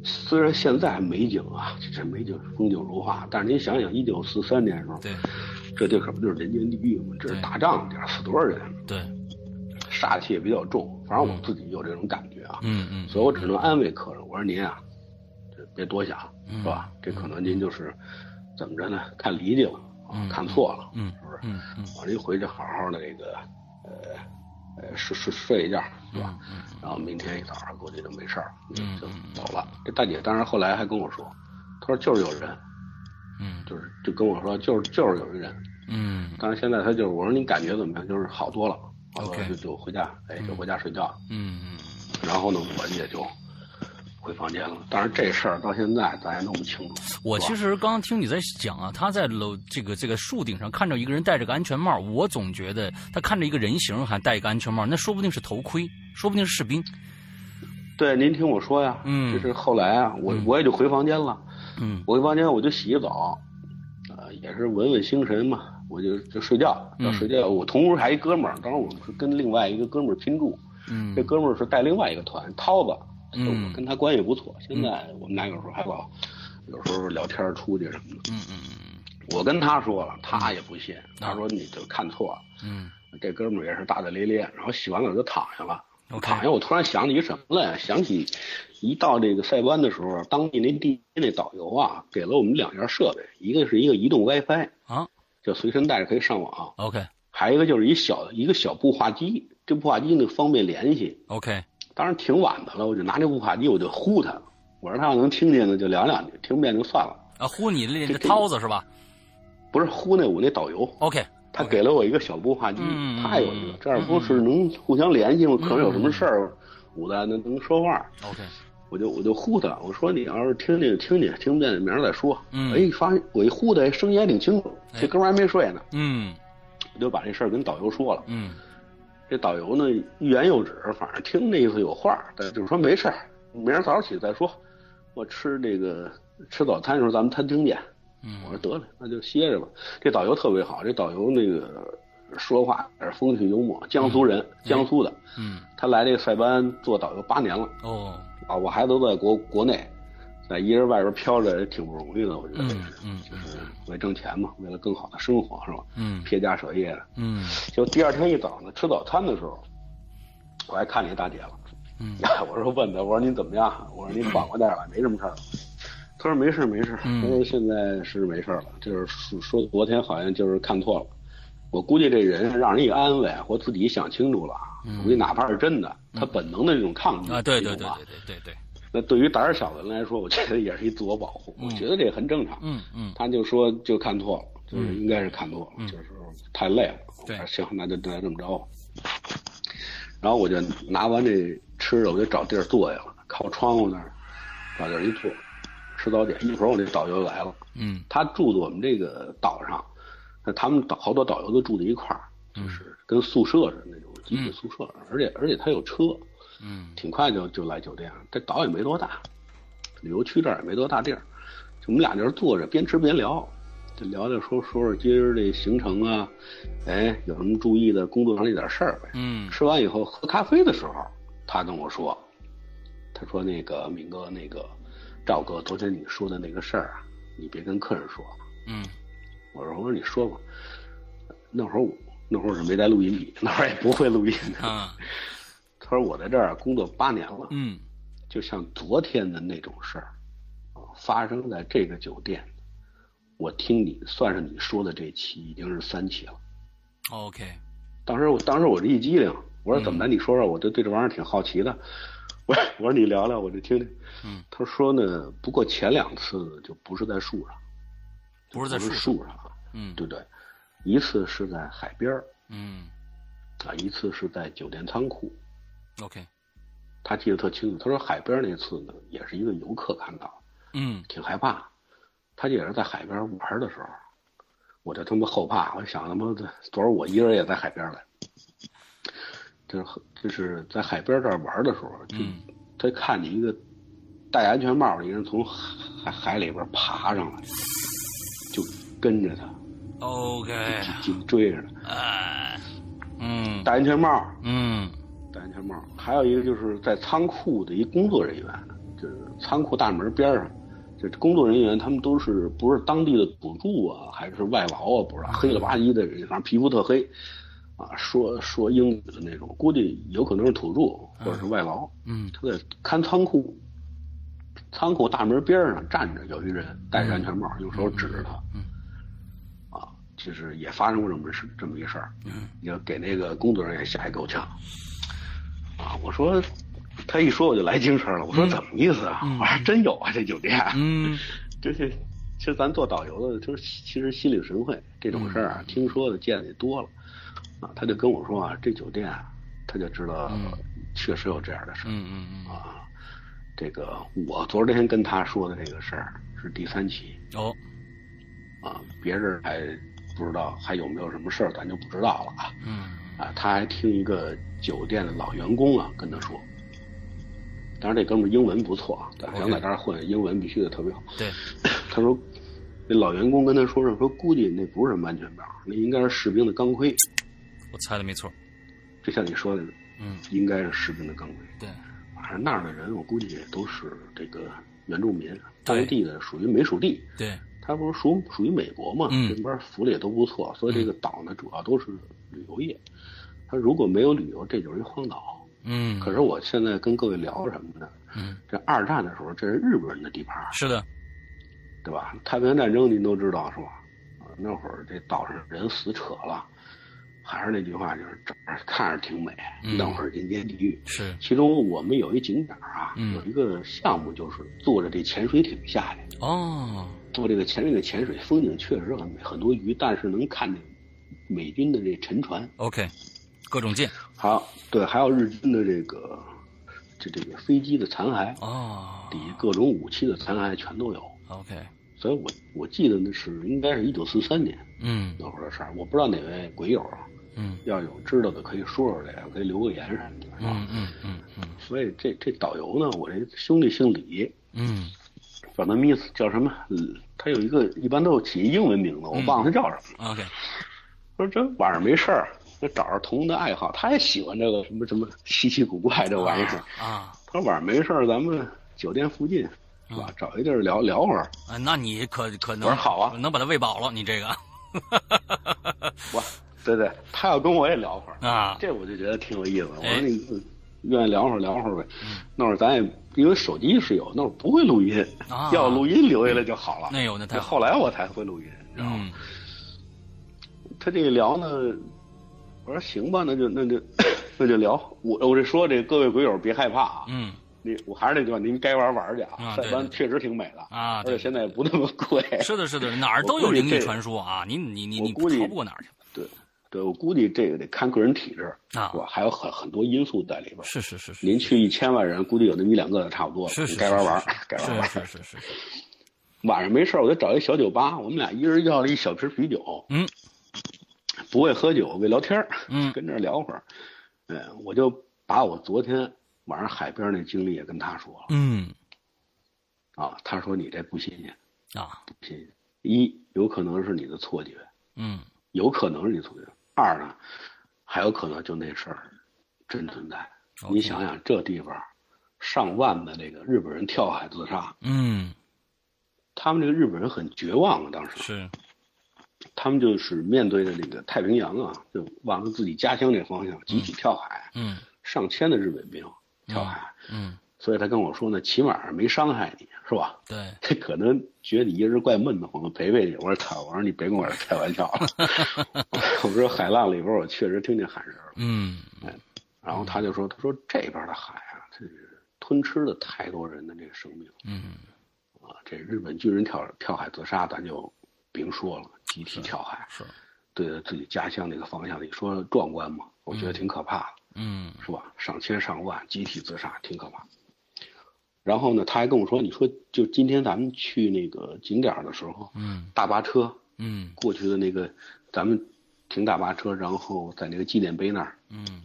[SPEAKER 2] 虽然现在美景啊，这这美景风景如画，但是您想想，一九四三年的时候，
[SPEAKER 1] 对
[SPEAKER 2] 这地儿可不就是人间地狱吗？这是
[SPEAKER 1] 对
[SPEAKER 2] 打仗的地儿，死多少人，
[SPEAKER 1] 对，
[SPEAKER 2] 煞气也比较重。反正我自己有这种感觉啊，
[SPEAKER 1] 嗯嗯
[SPEAKER 2] 所以我只能安慰客人，我说您啊，这别多想，
[SPEAKER 1] 嗯
[SPEAKER 2] 是吧？这可能您就是怎么着呢？看离去了，啊
[SPEAKER 1] 嗯
[SPEAKER 2] 看错了，
[SPEAKER 1] 嗯
[SPEAKER 2] 是不是？
[SPEAKER 1] 嗯嗯
[SPEAKER 2] 我您回去好好的这个，呃，呃睡睡睡一觉，是吧？然后明天一早上估计就没事儿，就
[SPEAKER 1] 嗯
[SPEAKER 2] 就走了。这大姐当然后来还跟我说，她说就是有人，
[SPEAKER 1] 嗯
[SPEAKER 2] 就是就跟我说就是就是有一人，
[SPEAKER 1] 嗯
[SPEAKER 2] 但是现在她就是我说你感觉怎么样？就是好多了，好多了
[SPEAKER 1] OK
[SPEAKER 2] 就就回家，哎，就回家睡觉。
[SPEAKER 1] 嗯
[SPEAKER 2] 然后呢，我也就回房间了。当然这事儿到现在咱也弄不清楚。
[SPEAKER 1] 我
[SPEAKER 2] 是吧
[SPEAKER 1] 其实刚刚听你在讲啊，他在楼这个这个树顶上看着一个人戴着个安全帽，我总觉得他看着一个人形还戴一个安全帽，那说不定是头盔，说不定是士兵。
[SPEAKER 2] 对您听我说呀，
[SPEAKER 1] 嗯
[SPEAKER 2] 这是后来啊，我我也就回房间了。
[SPEAKER 1] 嗯
[SPEAKER 2] 我回房间我就洗个澡，呃，也是稳稳心神嘛，我就就睡觉，要睡觉。我同屋还一哥们儿，当时我们是跟另外一个哥们儿拼住，
[SPEAKER 1] 嗯
[SPEAKER 2] 这哥们儿是带另外一个团，涛子，
[SPEAKER 1] 嗯
[SPEAKER 2] 我跟他关系不错，现在我们俩有时候还老，有时候聊天儿出去什么的。
[SPEAKER 1] 嗯嗯
[SPEAKER 2] 我跟他说了，他也不信，他说你就看错了。
[SPEAKER 1] 嗯
[SPEAKER 2] 这哥们儿也是大大咧咧，然后洗完了就躺下了。
[SPEAKER 1] ，OK，
[SPEAKER 2] 躺下，我突然想起一什么来？想起一到这个塞班的时候，当地那地那导游啊，给了我们两样设备，一个是一个移动 WiFi，
[SPEAKER 1] 啊
[SPEAKER 2] 就随身带着可以上网；
[SPEAKER 1] ，OK
[SPEAKER 2] 还有一个就是一小一个小步话机，这步话机呢方便联系。
[SPEAKER 1] OK，
[SPEAKER 2] 当时挺晚的了，我就拿这步话机我就呼他，我说他要能听见呢就聊两句，听不见就算了。
[SPEAKER 1] 啊，呼你那个涛子是吧
[SPEAKER 2] 不是呼那我那导游，
[SPEAKER 1] ？OK，
[SPEAKER 2] 他给了我一个小步话机
[SPEAKER 1] 嗯，
[SPEAKER 2] 他有一个，这样不是能互相联系吗？可能有什么事儿，我在那能说话。
[SPEAKER 1] OK，
[SPEAKER 2] 我就我就呼他，我说你要是听见听见，听不见明儿再说。
[SPEAKER 1] 嗯
[SPEAKER 2] 哎，发现我一呼他，声音还挺清楚，
[SPEAKER 1] 哎
[SPEAKER 2] 这哥们儿还没睡呢，
[SPEAKER 1] 嗯
[SPEAKER 2] 我就把这事儿跟导游说了。
[SPEAKER 1] 嗯
[SPEAKER 2] 这导游呢欲言又止，反正听那意思有话儿，但就是说没事儿，明儿早上起来再说。我吃这个吃早餐的时候咱们餐厅见。我
[SPEAKER 1] 嗯
[SPEAKER 2] 说得了，那就歇着吧。这导游特别好，这导游那个说话也是风趣幽默，江苏人，江苏的，
[SPEAKER 1] 嗯，
[SPEAKER 2] 他来这个塞班做导游八年了。
[SPEAKER 1] 哦，
[SPEAKER 2] 啊，我孩子都在国国内，在一人外边飘着也挺不容易的，我觉得，
[SPEAKER 1] 嗯嗯
[SPEAKER 2] 就是为挣钱嘛，为了更好的生活是吧？
[SPEAKER 1] 嗯
[SPEAKER 2] 撇家舍业的。
[SPEAKER 1] 嗯
[SPEAKER 2] 就第二天一早呢，吃早餐的时候，我还看见一大姐了，
[SPEAKER 1] 嗯
[SPEAKER 2] [laughs] 我说问他，我说您怎么样？我说您缓过劲儿了，没什么事儿了。他说没事儿没事儿，
[SPEAKER 1] 嗯
[SPEAKER 2] 他说现在是没事儿了，就是说说昨天好像就是看错了。我估计这人让人一安慰，我自己想清楚了，
[SPEAKER 1] 嗯
[SPEAKER 2] 估计哪怕是真的，他本能的这种抗拒
[SPEAKER 1] 啊，对
[SPEAKER 2] 这
[SPEAKER 1] 对
[SPEAKER 2] 种
[SPEAKER 1] 对
[SPEAKER 2] 啊
[SPEAKER 1] 对对对对，
[SPEAKER 2] 那对于胆儿小的人来说，我觉得也是一自我保护，我觉得这很正常。
[SPEAKER 1] 嗯嗯
[SPEAKER 2] 他就说就看错了，就是应该是看错了，
[SPEAKER 1] 嗯
[SPEAKER 2] 就是太累了。
[SPEAKER 1] 对
[SPEAKER 2] 我说行，那就那就这么着吧。然后我就拿完这吃的，我就找地儿坐下了，靠窗户那儿找地儿一坐，吃早点。一会儿我这导游来了，
[SPEAKER 1] 嗯
[SPEAKER 2] 他住的我们这个岛上，那他们导好多导游都住在一块儿，
[SPEAKER 1] 嗯
[SPEAKER 2] 就是跟宿舍似的那种集体宿舍，而且而且他有车，
[SPEAKER 1] 嗯
[SPEAKER 2] 挺快就就来酒店了。这岛也没多大，旅游区这儿也没多大地儿，就我们俩就是坐着边吃边聊，就聊聊说说说今儿这行程啊，哎，有什么注意的工作上的一点事儿呗。
[SPEAKER 1] 嗯
[SPEAKER 2] 吃完以后喝咖啡的时候，他跟我说，他说那个敏哥那个赵哥，昨天你说的那个事儿啊，你别跟客人说。
[SPEAKER 1] 嗯
[SPEAKER 2] 我说我说你说吧，那会儿我那会儿是没带录音笔，那会儿也不会录音。
[SPEAKER 1] 啊
[SPEAKER 2] 他说我在这儿工作八年了，
[SPEAKER 1] 嗯
[SPEAKER 2] 就像昨天的那种事儿，啊发生在这个酒店。我听你算是你说的这期已经是三期了。
[SPEAKER 1] ，OK，
[SPEAKER 2] 当时我当时我这一激灵，我说
[SPEAKER 1] 嗯
[SPEAKER 2] 怎么着？你说说，我就对这玩意儿挺好奇的。我我说你聊聊，我就听听。
[SPEAKER 1] 嗯，
[SPEAKER 2] 他说呢，不过前两次就不是在树上，
[SPEAKER 1] 不是在
[SPEAKER 2] 不
[SPEAKER 1] 树
[SPEAKER 2] 是
[SPEAKER 1] 上，
[SPEAKER 2] 树上啊，
[SPEAKER 1] 嗯
[SPEAKER 2] 对不对？一次是在海边儿
[SPEAKER 1] 嗯
[SPEAKER 2] 啊，一次是在酒店仓库。
[SPEAKER 1] ，OK，
[SPEAKER 2] 他记得特清楚，他说海边儿那次呢，也是一个游客看到，
[SPEAKER 1] 嗯
[SPEAKER 2] 挺害怕。他也是在海边玩的时候，我就他妈后怕，我想他妈的，昨儿我一个人也在海边来，就是就是在海边这儿玩的时候，就
[SPEAKER 1] 嗯
[SPEAKER 2] 他看见一个戴安全帽的一个人从海海里边爬上来，就跟着他，
[SPEAKER 1] ，OK，
[SPEAKER 2] 紧追着他，
[SPEAKER 1] 哎，嗯
[SPEAKER 2] 戴安全帽，
[SPEAKER 1] 嗯
[SPEAKER 2] 戴安全帽。还有一个就是在仓库的一工作人员，就是仓库大门边上，就是工作人员，他们都是不是当地的土著啊，还是外劳啊，不知道黑了吧唧的人，反正皮肤特黑，啊，说说英语的那种，估计有可能是土著或者是外劳。
[SPEAKER 1] 嗯
[SPEAKER 2] 他在看仓库，仓库大门边上站着有一人戴着安全帽，用手指着他。
[SPEAKER 1] 嗯
[SPEAKER 2] 啊，就是也发生过这么事这么一事儿，
[SPEAKER 1] 嗯，
[SPEAKER 2] 也给那个工作人员吓一够呛。啊，我说，他一说我就来精神了，我说怎么意思啊？
[SPEAKER 1] 嗯
[SPEAKER 2] 我还真有啊，这酒店，
[SPEAKER 1] 嗯
[SPEAKER 2] 就是，其实咱做导游的，就是其实心领神会这种事儿
[SPEAKER 1] 嗯
[SPEAKER 2] 啊，听说的见的多了，啊，他就跟我说啊，这酒店啊，他就知道
[SPEAKER 1] 嗯
[SPEAKER 2] 确实有这样的事儿。
[SPEAKER 1] 嗯嗯嗯，
[SPEAKER 2] 啊，这个我昨天跟他说的这个事儿是第三期
[SPEAKER 1] 哦，
[SPEAKER 2] 啊，别人还不知道还有没有什么事儿，咱就不知道了啊。
[SPEAKER 1] 嗯
[SPEAKER 2] 啊，他还听一个酒店的老员工啊跟他说，当然这哥们儿英文不错啊，
[SPEAKER 1] 哦
[SPEAKER 2] 但是想在这儿混，英文必须得特别好。
[SPEAKER 1] 对，
[SPEAKER 2] 他说，那老员工跟他说什么？说估计那不是什么安全帽，那应该是士兵的钢盔，
[SPEAKER 1] 我猜的没错，
[SPEAKER 2] 就像你说的，
[SPEAKER 1] 嗯
[SPEAKER 2] 应该是士兵的钢盔。
[SPEAKER 1] 对，
[SPEAKER 2] 反正那儿的人，我估计也都是这个原住民，
[SPEAKER 1] 对
[SPEAKER 2] 当地的属于美属地，
[SPEAKER 1] 对
[SPEAKER 2] 它不是属属于美国嘛，
[SPEAKER 1] 嗯
[SPEAKER 2] 这边福利也都不错，所以这个岛呢主要都是旅游业。它如果没有旅游，这就是一荒岛。
[SPEAKER 1] 嗯，
[SPEAKER 2] 可是我现在跟各位聊什么呢？
[SPEAKER 1] 嗯
[SPEAKER 2] 这二战的时候，这是日本人的地盘，
[SPEAKER 1] 是的，
[SPEAKER 2] 对吧？太平洋战争您都知道是吧？啊，那会儿这岛上人死扯了，还是那句话，就是这儿看着挺美，
[SPEAKER 1] 嗯
[SPEAKER 2] 那会儿人间地狱。
[SPEAKER 1] 是
[SPEAKER 2] 其中我们有一景点儿啊，
[SPEAKER 1] 嗯
[SPEAKER 2] 有一个项目就是坐着这潜水艇下去，
[SPEAKER 1] 哦，
[SPEAKER 2] 坐这个潜水艇潜水，风景确实很美，很多鱼，但是能看见美军的这沉船，
[SPEAKER 1] OK，各种舰
[SPEAKER 2] 还有对，还有日军的这个这这个飞机的残骸，
[SPEAKER 1] 哦
[SPEAKER 2] 底下各种武器的残骸全都有。
[SPEAKER 1] ，OK，
[SPEAKER 2] 所以我我记得那是应该是一九四三年
[SPEAKER 1] 嗯
[SPEAKER 2] 那会儿的事儿，我不知道哪位鬼友啊
[SPEAKER 1] 嗯
[SPEAKER 2] 要有知道的可以说说这个，可以留个言什么的，是吧？
[SPEAKER 1] 嗯嗯嗯嗯
[SPEAKER 2] 所以这这导游呢，我这兄弟姓李，
[SPEAKER 1] 嗯
[SPEAKER 2] 叫他意思叫什么？嗯他有一个一般都有起英文名字，我忘了他叫什么。
[SPEAKER 1] ，OK，啊
[SPEAKER 2] 说这晚上没事儿，就找着同的爱好，他也喜欢这个什么什么稀奇古怪这玩意儿。
[SPEAKER 1] 啊
[SPEAKER 2] 他说晚上没事儿，咱们酒店附近
[SPEAKER 1] 嗯
[SPEAKER 2] 是吧，找一地儿聊聊会儿。
[SPEAKER 1] 啊，那你可可
[SPEAKER 2] 我
[SPEAKER 1] 能
[SPEAKER 2] 说好啊
[SPEAKER 1] 能把它喂饱了，你这个
[SPEAKER 2] 我，对对，他要跟我也聊会儿，
[SPEAKER 1] 啊，
[SPEAKER 2] 这我就觉得挺有意思。我
[SPEAKER 1] 哎嗯
[SPEAKER 2] 说你愿意聊会儿聊会儿呗。那会儿咱也因为手机是有，那会儿不会录音，
[SPEAKER 1] 啊
[SPEAKER 2] 要录音留下来就好了。
[SPEAKER 1] 那有那太好
[SPEAKER 2] 后
[SPEAKER 1] 了，
[SPEAKER 2] 来我才会录音，然后
[SPEAKER 1] 嗯
[SPEAKER 2] 他这个聊呢，我说行吧，那就那就那就聊。我我这说这各位鬼友别害怕啊，
[SPEAKER 1] 嗯
[SPEAKER 2] 你我还是那句话，您该玩玩去
[SPEAKER 1] 啊
[SPEAKER 2] 啊。
[SPEAKER 1] 对
[SPEAKER 2] 塞班
[SPEAKER 1] 对
[SPEAKER 2] 确实挺美的，
[SPEAKER 1] 啊，
[SPEAKER 2] 而且
[SPEAKER 1] 对，
[SPEAKER 2] 现在也不那么贵。
[SPEAKER 1] 是的，是的，哪儿
[SPEAKER 2] 我
[SPEAKER 1] 都有
[SPEAKER 2] 估计
[SPEAKER 1] 灵异
[SPEAKER 2] 这
[SPEAKER 1] 传说啊，你你你
[SPEAKER 2] 我
[SPEAKER 1] 你
[SPEAKER 2] 估计
[SPEAKER 1] 逃不过哪儿去
[SPEAKER 2] 对对，我估计这个得看个人体质，
[SPEAKER 1] 啊
[SPEAKER 2] 是？吧？还有很很多因素在里边。
[SPEAKER 1] 是是是是
[SPEAKER 2] 您去一千万人，估计有那么一两个就差不多了。
[SPEAKER 1] 是是，
[SPEAKER 2] 该玩玩
[SPEAKER 1] 是，
[SPEAKER 2] 该玩玩。
[SPEAKER 1] 是是是是，
[SPEAKER 2] 晚上没事儿我就找一小酒吧，我们俩一人要了一小瓶啤酒。
[SPEAKER 1] 嗯，
[SPEAKER 2] 不会喝酒，为聊天儿
[SPEAKER 1] 嗯
[SPEAKER 2] 跟这儿聊会儿。嗯，我就把我昨天晚上海边那经历也跟他说了
[SPEAKER 1] 嗯
[SPEAKER 2] 啊。他说你这不新鲜，
[SPEAKER 1] 啊，
[SPEAKER 2] 不新鲜。一有可能是你的错觉，
[SPEAKER 1] 嗯
[SPEAKER 2] 有可能是你的错觉。二呢，还有可能就那事儿真存在。
[SPEAKER 1] OK
[SPEAKER 2] 你想想，这地方上万的这个日本人跳海自杀，
[SPEAKER 1] 嗯
[SPEAKER 2] 他们这个日本人很绝望啊，当时。
[SPEAKER 1] 是
[SPEAKER 2] 他们就是面对着这个太平洋啊，就往着自己家乡这方向集体跳海，
[SPEAKER 1] 嗯
[SPEAKER 2] 上千的日本兵跳海，
[SPEAKER 1] 嗯
[SPEAKER 2] 所以他跟我说呢，起码没伤害你，是吧？ [laughs]
[SPEAKER 1] 对，
[SPEAKER 2] 他可能觉得你一人怪闷得慌，陪陪你。我说操，我说你别跟我这开玩笑了。我说海浪里边我确实听见喊声了，
[SPEAKER 1] 嗯
[SPEAKER 2] 然后他就说，他说这边的海啊，这是吞吃了太多人的这个生命
[SPEAKER 1] 嗯
[SPEAKER 2] 啊，这日本军人跳跳海自杀，咱就甭说了，集体跳海。
[SPEAKER 1] 是
[SPEAKER 2] 对着自己家乡那个方向，你说壮观吗？我觉得挺可怕的，
[SPEAKER 1] 嗯
[SPEAKER 2] 是吧？上千上万集体自杀，挺可怕。然后呢，他还跟我说，你说就今天咱们去那个景点儿的时候，
[SPEAKER 1] 嗯
[SPEAKER 2] 大巴车
[SPEAKER 1] 嗯
[SPEAKER 2] 过去的那个，咱们停大巴车，然后在那个纪念碑那儿，
[SPEAKER 1] 嗯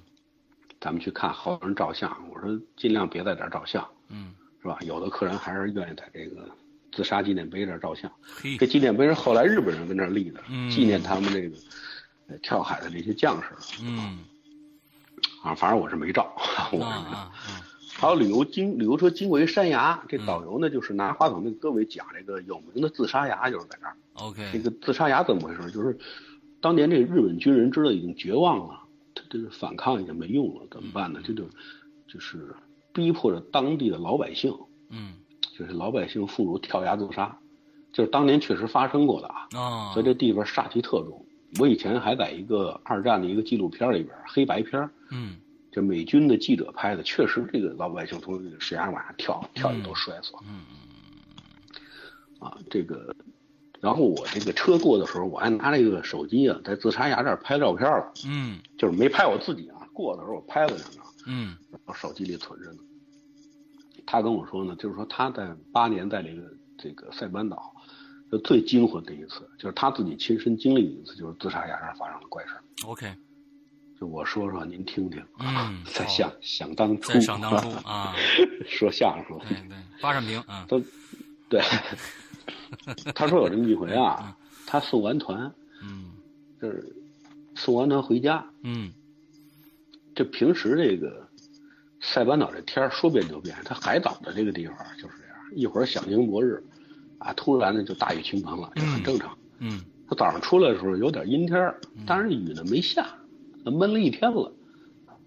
[SPEAKER 2] 咱们去看好多人照相。我说尽量别在这儿照相，
[SPEAKER 1] 嗯，
[SPEAKER 2] 是吧？有的客人还是愿意在这个自杀纪念碑这儿照相。
[SPEAKER 1] 嘿
[SPEAKER 2] 这，纪念碑是后来日本人跟这儿立的，
[SPEAKER 1] 嗯
[SPEAKER 2] 纪念他们这个呃跳海的这些将士。
[SPEAKER 1] 嗯
[SPEAKER 2] 啊，反正我是没照， [laughs] 我是没
[SPEAKER 1] 啊
[SPEAKER 2] 照。
[SPEAKER 1] 啊啊，
[SPEAKER 2] 还有旅游经旅游车经过一山崖，
[SPEAKER 1] 嗯
[SPEAKER 2] 这导游呢就是拿话筒跟各位讲这个有名的自杀崖，就是在这儿。
[SPEAKER 1] 嗯
[SPEAKER 2] 这
[SPEAKER 1] OK，
[SPEAKER 2] 个自杀崖怎么回事？就是当年这日本军人知道已经绝望了，他这个反抗已经没用了，怎么办
[SPEAKER 1] 嗯
[SPEAKER 2] 呢？这就就是逼迫着当地的老百姓，
[SPEAKER 1] 嗯
[SPEAKER 2] 就是老百姓妇孺跳崖自杀，就是当年确实发生过的啊。
[SPEAKER 1] 啊
[SPEAKER 2] 所以，这地方煞气特重。我以前还在一个二战的一个纪录片里边，黑白片儿
[SPEAKER 1] 嗯
[SPEAKER 2] 这美军的记者拍的，确实这个老百姓从这个石崖往下跳，跳也都摔死了、
[SPEAKER 1] 嗯
[SPEAKER 2] 啊。这个，然后我这个车过的时候，我还拿这个手机啊，在自杀崖这儿拍照片了，
[SPEAKER 1] 嗯
[SPEAKER 2] 就是没拍我自己啊，过的时候我拍了两张，
[SPEAKER 1] 嗯
[SPEAKER 2] 然后手机里存着呢。他跟我说呢，就是说他在八年在这个这个塞班岛，就最惊魂的一次，就是他自己亲身经历的一次，就是自杀崖上发生的怪事儿。
[SPEAKER 1] ，OK，
[SPEAKER 2] 就我说说您听听，
[SPEAKER 1] 嗯，
[SPEAKER 2] 在
[SPEAKER 1] 好
[SPEAKER 2] 想想当初，
[SPEAKER 1] 在上当初啊，
[SPEAKER 2] [laughs] 说相声了。
[SPEAKER 1] 对对，八扇屏啊，
[SPEAKER 2] 他，对， [laughs] 他说有这么一回啊，他送完团
[SPEAKER 1] 嗯
[SPEAKER 2] 就是送完团回家，
[SPEAKER 1] 嗯
[SPEAKER 2] 这平时这个塞班岛这天儿说变就变，它海岛的这个地方就是这样，一会儿小晴博日，啊，突然呢就大雨倾盆了，这很正常。
[SPEAKER 1] 嗯
[SPEAKER 2] 他早上出来的时候有点阴天儿，但是雨呢没下，闷了一天了。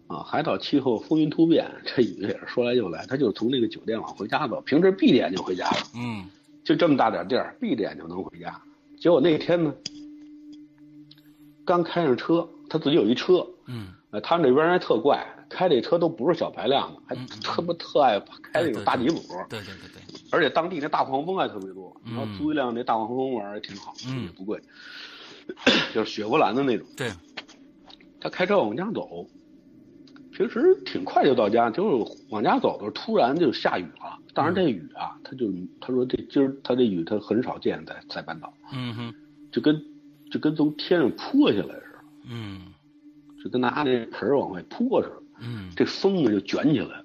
[SPEAKER 2] 啊，海岛气候风云突变，这雨也是说来就来。他就从这个酒店往回家走，平时闭着眼就回家了。
[SPEAKER 1] 嗯
[SPEAKER 2] 就这么大点地儿，闭着眼就能回家。结果那天呢，刚开上车，他自己有一车，
[SPEAKER 1] 嗯，
[SPEAKER 2] 呃，他们这边人还特怪，开这车都不是小排量的，还特别特爱开那种大吉普，
[SPEAKER 1] 嗯对对对对，
[SPEAKER 2] 而且当地那大黄蜂还特别多，
[SPEAKER 1] 嗯
[SPEAKER 2] 然后租一辆那大黄蜂玩儿也挺好，
[SPEAKER 1] 嗯
[SPEAKER 2] 也不贵， [coughs] 就是雪佛兰的那种。
[SPEAKER 1] 对，
[SPEAKER 2] 他开车往家走，平时挺快就到家，就是往家走的时候突然就下雨了。
[SPEAKER 1] 嗯
[SPEAKER 2] 当然这雨啊，他就他说这今儿他这雨他很少见在塞班岛，
[SPEAKER 1] 嗯哼，
[SPEAKER 2] 就跟就跟从天上泼下来似的，
[SPEAKER 1] 嗯
[SPEAKER 2] 就跟拿那盆儿往外泼似的。
[SPEAKER 1] 嗯
[SPEAKER 2] 这风呢就卷起来了，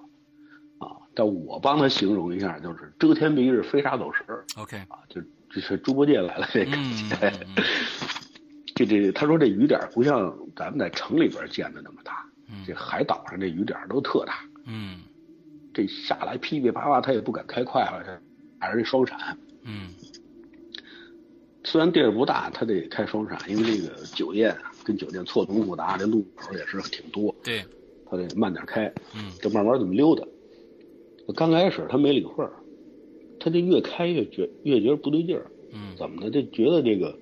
[SPEAKER 2] 啊！但我帮他形容一下，就是遮天蔽日，飞沙走石
[SPEAKER 1] ，OK，
[SPEAKER 2] 啊，就就是猪八戒来了这
[SPEAKER 1] 嗯
[SPEAKER 2] 感觉。
[SPEAKER 1] 嗯
[SPEAKER 2] 这这，他说这雨点儿不像咱们在城里边儿见的那么大，
[SPEAKER 1] 嗯
[SPEAKER 2] 这海岛上这雨点儿都特大。
[SPEAKER 1] 嗯
[SPEAKER 2] 这下来噼噼啪啪，他也不敢开快了，这还是这双闪。
[SPEAKER 1] 嗯
[SPEAKER 2] 虽然地儿不大，他得开双闪，因为这个酒店啊跟酒店错综复杂，这路口也是挺多。
[SPEAKER 1] 对，
[SPEAKER 2] 他得慢点开，
[SPEAKER 1] 嗯
[SPEAKER 2] 就慢慢这么溜达。刚开始他没理会儿，他就越开越觉越觉得不对劲儿，
[SPEAKER 1] 嗯，
[SPEAKER 2] 怎么呢？就觉得这个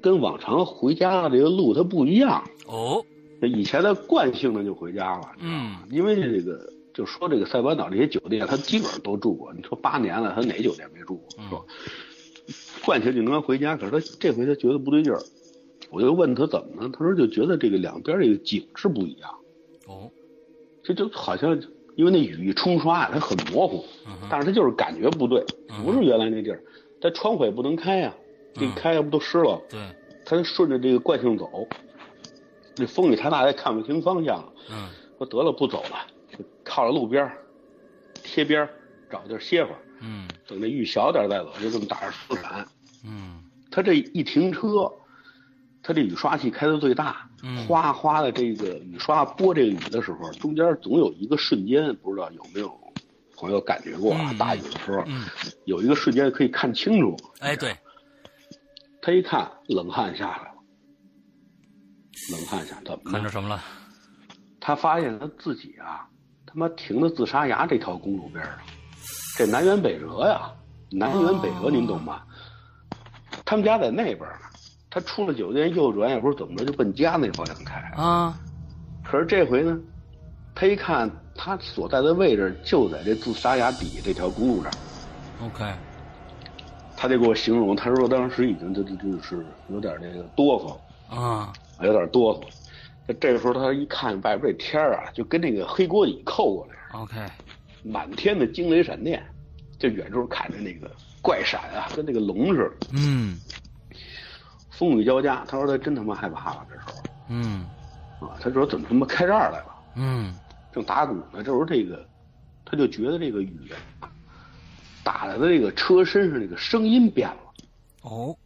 [SPEAKER 2] 跟往常回家的这个路它不一样。
[SPEAKER 1] 哦，
[SPEAKER 2] 这以前他惯性的就回家了，
[SPEAKER 1] 嗯
[SPEAKER 2] 因为这个就说这个塞班岛这些酒店，他基本上都住过。你说八年了，他哪酒店没住
[SPEAKER 1] 嗯
[SPEAKER 2] 过？说惯性就跟他回家，可是他这回他觉得不对劲儿，我就问他怎么了，他说就觉得这个两边这个景是不一样，
[SPEAKER 1] 哦，
[SPEAKER 2] 这就好像因为那雨一冲刷啊，它很模糊，
[SPEAKER 1] 嗯哼
[SPEAKER 2] 但是他就是感觉不对，不是原来那地儿，他窗户也不能开呀、这
[SPEAKER 1] 嗯
[SPEAKER 2] 开了不都湿了？
[SPEAKER 1] 对，
[SPEAKER 2] 他就顺着这个惯性走，这风雨太大，他也看不清方向了。
[SPEAKER 1] 嗯
[SPEAKER 2] 说得了，不走了，就靠着路边儿贴边儿找地儿歇会儿，
[SPEAKER 1] 嗯
[SPEAKER 2] 等这雨小点儿再走，就这么打着雨伞。
[SPEAKER 1] 嗯
[SPEAKER 2] 他这一停车，他这雨刷器开到最大
[SPEAKER 1] 嗯，
[SPEAKER 2] 哗哗的这个雨刷拨这个雨的时候，中间总有一个瞬间，不知道有没有朋友感觉过啊？
[SPEAKER 1] 嗯
[SPEAKER 2] 大雨的时候，
[SPEAKER 1] 嗯，
[SPEAKER 2] 有一个瞬间可以看清楚。
[SPEAKER 1] 哎，对，
[SPEAKER 2] 他一看，冷汗下来了，冷汗下怎么
[SPEAKER 1] 看
[SPEAKER 2] 了
[SPEAKER 1] 着？什么了？
[SPEAKER 2] 他发现他自己啊，他妈停到自杀崖这条公路边儿了，这南辕北辙呀，南辕北辙，您懂吗？他们家在那边儿呢，他出了酒店右转也不知道怎么着就奔家那方向开。
[SPEAKER 1] 啊，
[SPEAKER 2] 可是这回呢，他一看他所在的位置就在这自杀崖底下这条公路上，
[SPEAKER 1] OK，
[SPEAKER 2] 他就给我形容，他说当时已经就就就是有点那个哆嗦，
[SPEAKER 1] 啊，
[SPEAKER 2] 啊有点哆嗦。这这个时候他一看外边这天儿啊，就跟那个黑锅底扣过来。
[SPEAKER 1] OK，
[SPEAKER 2] 满天的惊雷闪电，就远处看着那个怪闪啊，跟那个龙似的，
[SPEAKER 1] 嗯
[SPEAKER 2] 风雨交加。他说他真他妈害怕了，这时候
[SPEAKER 1] 嗯
[SPEAKER 2] 啊，他说怎么他妈开这儿来了？
[SPEAKER 1] 嗯
[SPEAKER 2] 正打鼓呢，这时候这个他就觉得这个雨啊打在他这个车身上，这个声音变了，
[SPEAKER 1] 哦，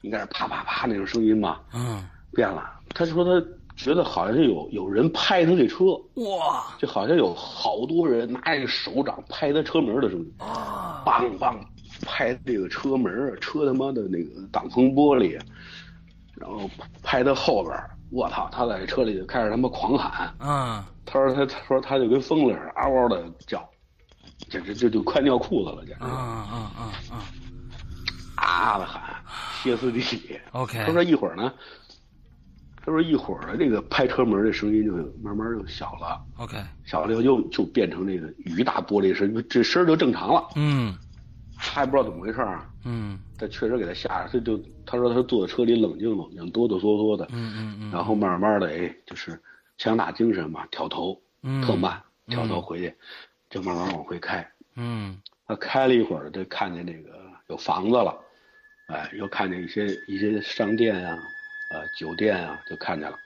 [SPEAKER 2] 应该是啪啪啪那种声音吧，
[SPEAKER 1] 嗯，
[SPEAKER 2] 变了。他说他觉得好像是有有人拍他这车，
[SPEAKER 1] 哇
[SPEAKER 2] 就好像有好多人拿着手掌拍他车门的声音。
[SPEAKER 1] 啊，
[SPEAKER 2] 梆梆拍这个车门儿，啊车他妈的那个挡风玻璃，然后拍他后边儿，我操！他在车里就开始他妈狂喊，
[SPEAKER 1] 嗯
[SPEAKER 2] 他说他他说他就跟疯了似的，嗷嗷的叫，简直就就快尿裤子了，简直
[SPEAKER 1] 啊啊啊啊
[SPEAKER 2] 啊的喊，歇斯底里。
[SPEAKER 1] ，OK，
[SPEAKER 2] 他说一会儿呢，他说一会儿这个拍车门儿的声音就慢慢就小了，
[SPEAKER 1] OK，
[SPEAKER 2] 小了以后又就变成这个雨打玻璃声，这声儿就正常了，
[SPEAKER 1] 嗯
[SPEAKER 2] 他也不知道怎么回事儿啊。
[SPEAKER 1] 嗯
[SPEAKER 2] 但确实给他吓着，他就他说他坐在车里冷静冷静，哆哆嗦嗦的，
[SPEAKER 1] 嗯嗯
[SPEAKER 2] 然后慢慢的哎，就是强打精神嘛，挑头，
[SPEAKER 1] 嗯，
[SPEAKER 2] 特慢，挑头回去，就慢慢往回开。
[SPEAKER 1] 嗯
[SPEAKER 2] 他开了一会儿，就看见那个有房子了，哎，又看见一些一些商店啊，呃，酒店啊，就看见了，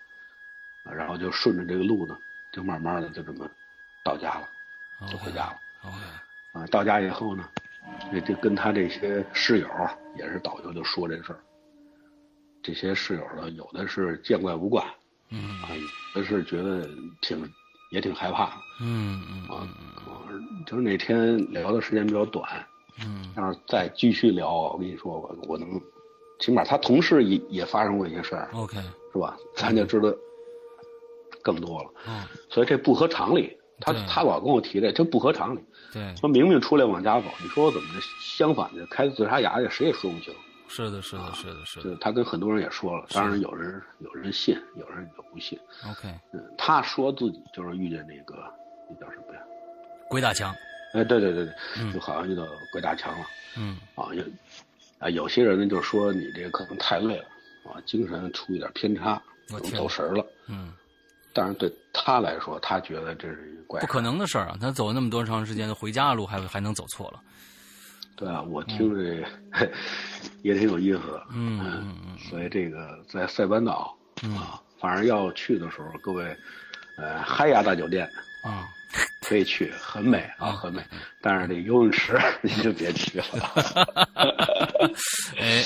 [SPEAKER 2] 啊然后就顺着这个路呢，就慢慢的就这么到家了，就回家了。
[SPEAKER 1] 嗯，OK，
[SPEAKER 2] 啊，到家以后呢，也就跟他这些室友啊也是导游就说这事儿。这些室友呢，有的是见怪不怪啊，
[SPEAKER 1] 嗯
[SPEAKER 2] 有的是觉得挺也挺害怕的
[SPEAKER 1] 嗯
[SPEAKER 2] 啊
[SPEAKER 1] 嗯。
[SPEAKER 2] 啊就是那天聊的时间比较短，
[SPEAKER 1] 嗯
[SPEAKER 2] 要是再继续聊，我跟你说，我我能，起码他同事也也发生过一些事儿，
[SPEAKER 1] ，OK，
[SPEAKER 2] 是吧？咱就知道更多了。
[SPEAKER 1] 嗯，
[SPEAKER 2] 所以这不合常理，他
[SPEAKER 1] 对
[SPEAKER 2] 他老跟我提这，这不合常理。
[SPEAKER 1] 对，
[SPEAKER 2] 说明明出来往家走，你说我怎么这相反的开自杀崖去，谁也说不清。
[SPEAKER 1] 是的，是的，是的，是
[SPEAKER 2] 就
[SPEAKER 1] 的
[SPEAKER 2] 是他跟很多人也说了，当然有人有人信，有人就不信。
[SPEAKER 1] ，OK，
[SPEAKER 2] 嗯，他说自己就是遇见那个那叫什么呀？
[SPEAKER 1] 鬼打墙，
[SPEAKER 2] 哎，对对对
[SPEAKER 1] 嗯
[SPEAKER 2] 对，就好像遇到鬼打墙了
[SPEAKER 1] 嗯
[SPEAKER 2] 啊！有啊，有些人呢就说你这可能太累了啊，精神出一点偏差，
[SPEAKER 1] 我
[SPEAKER 2] 可能
[SPEAKER 1] 天
[SPEAKER 2] 走神儿了。
[SPEAKER 1] 嗯，
[SPEAKER 2] 但是对他来说，他觉得这是一个怪
[SPEAKER 1] 不
[SPEAKER 2] 事。
[SPEAKER 1] 可能的事儿啊！他走了那么多长时间，回家的路还还能走错了，
[SPEAKER 2] 对啊，我听着这 [laughs] 也挺有意思的。
[SPEAKER 1] 嗯嗯嗯
[SPEAKER 2] 所以这个在塞班岛
[SPEAKER 1] 嗯
[SPEAKER 2] 啊，反正要去的时候，各位，呃，嗨雅大酒店
[SPEAKER 1] 嗯，
[SPEAKER 2] 可以去，很美啊，很美。 [laughs] 但是这游泳池 [laughs] 您就别去了，
[SPEAKER 1] 哎哎，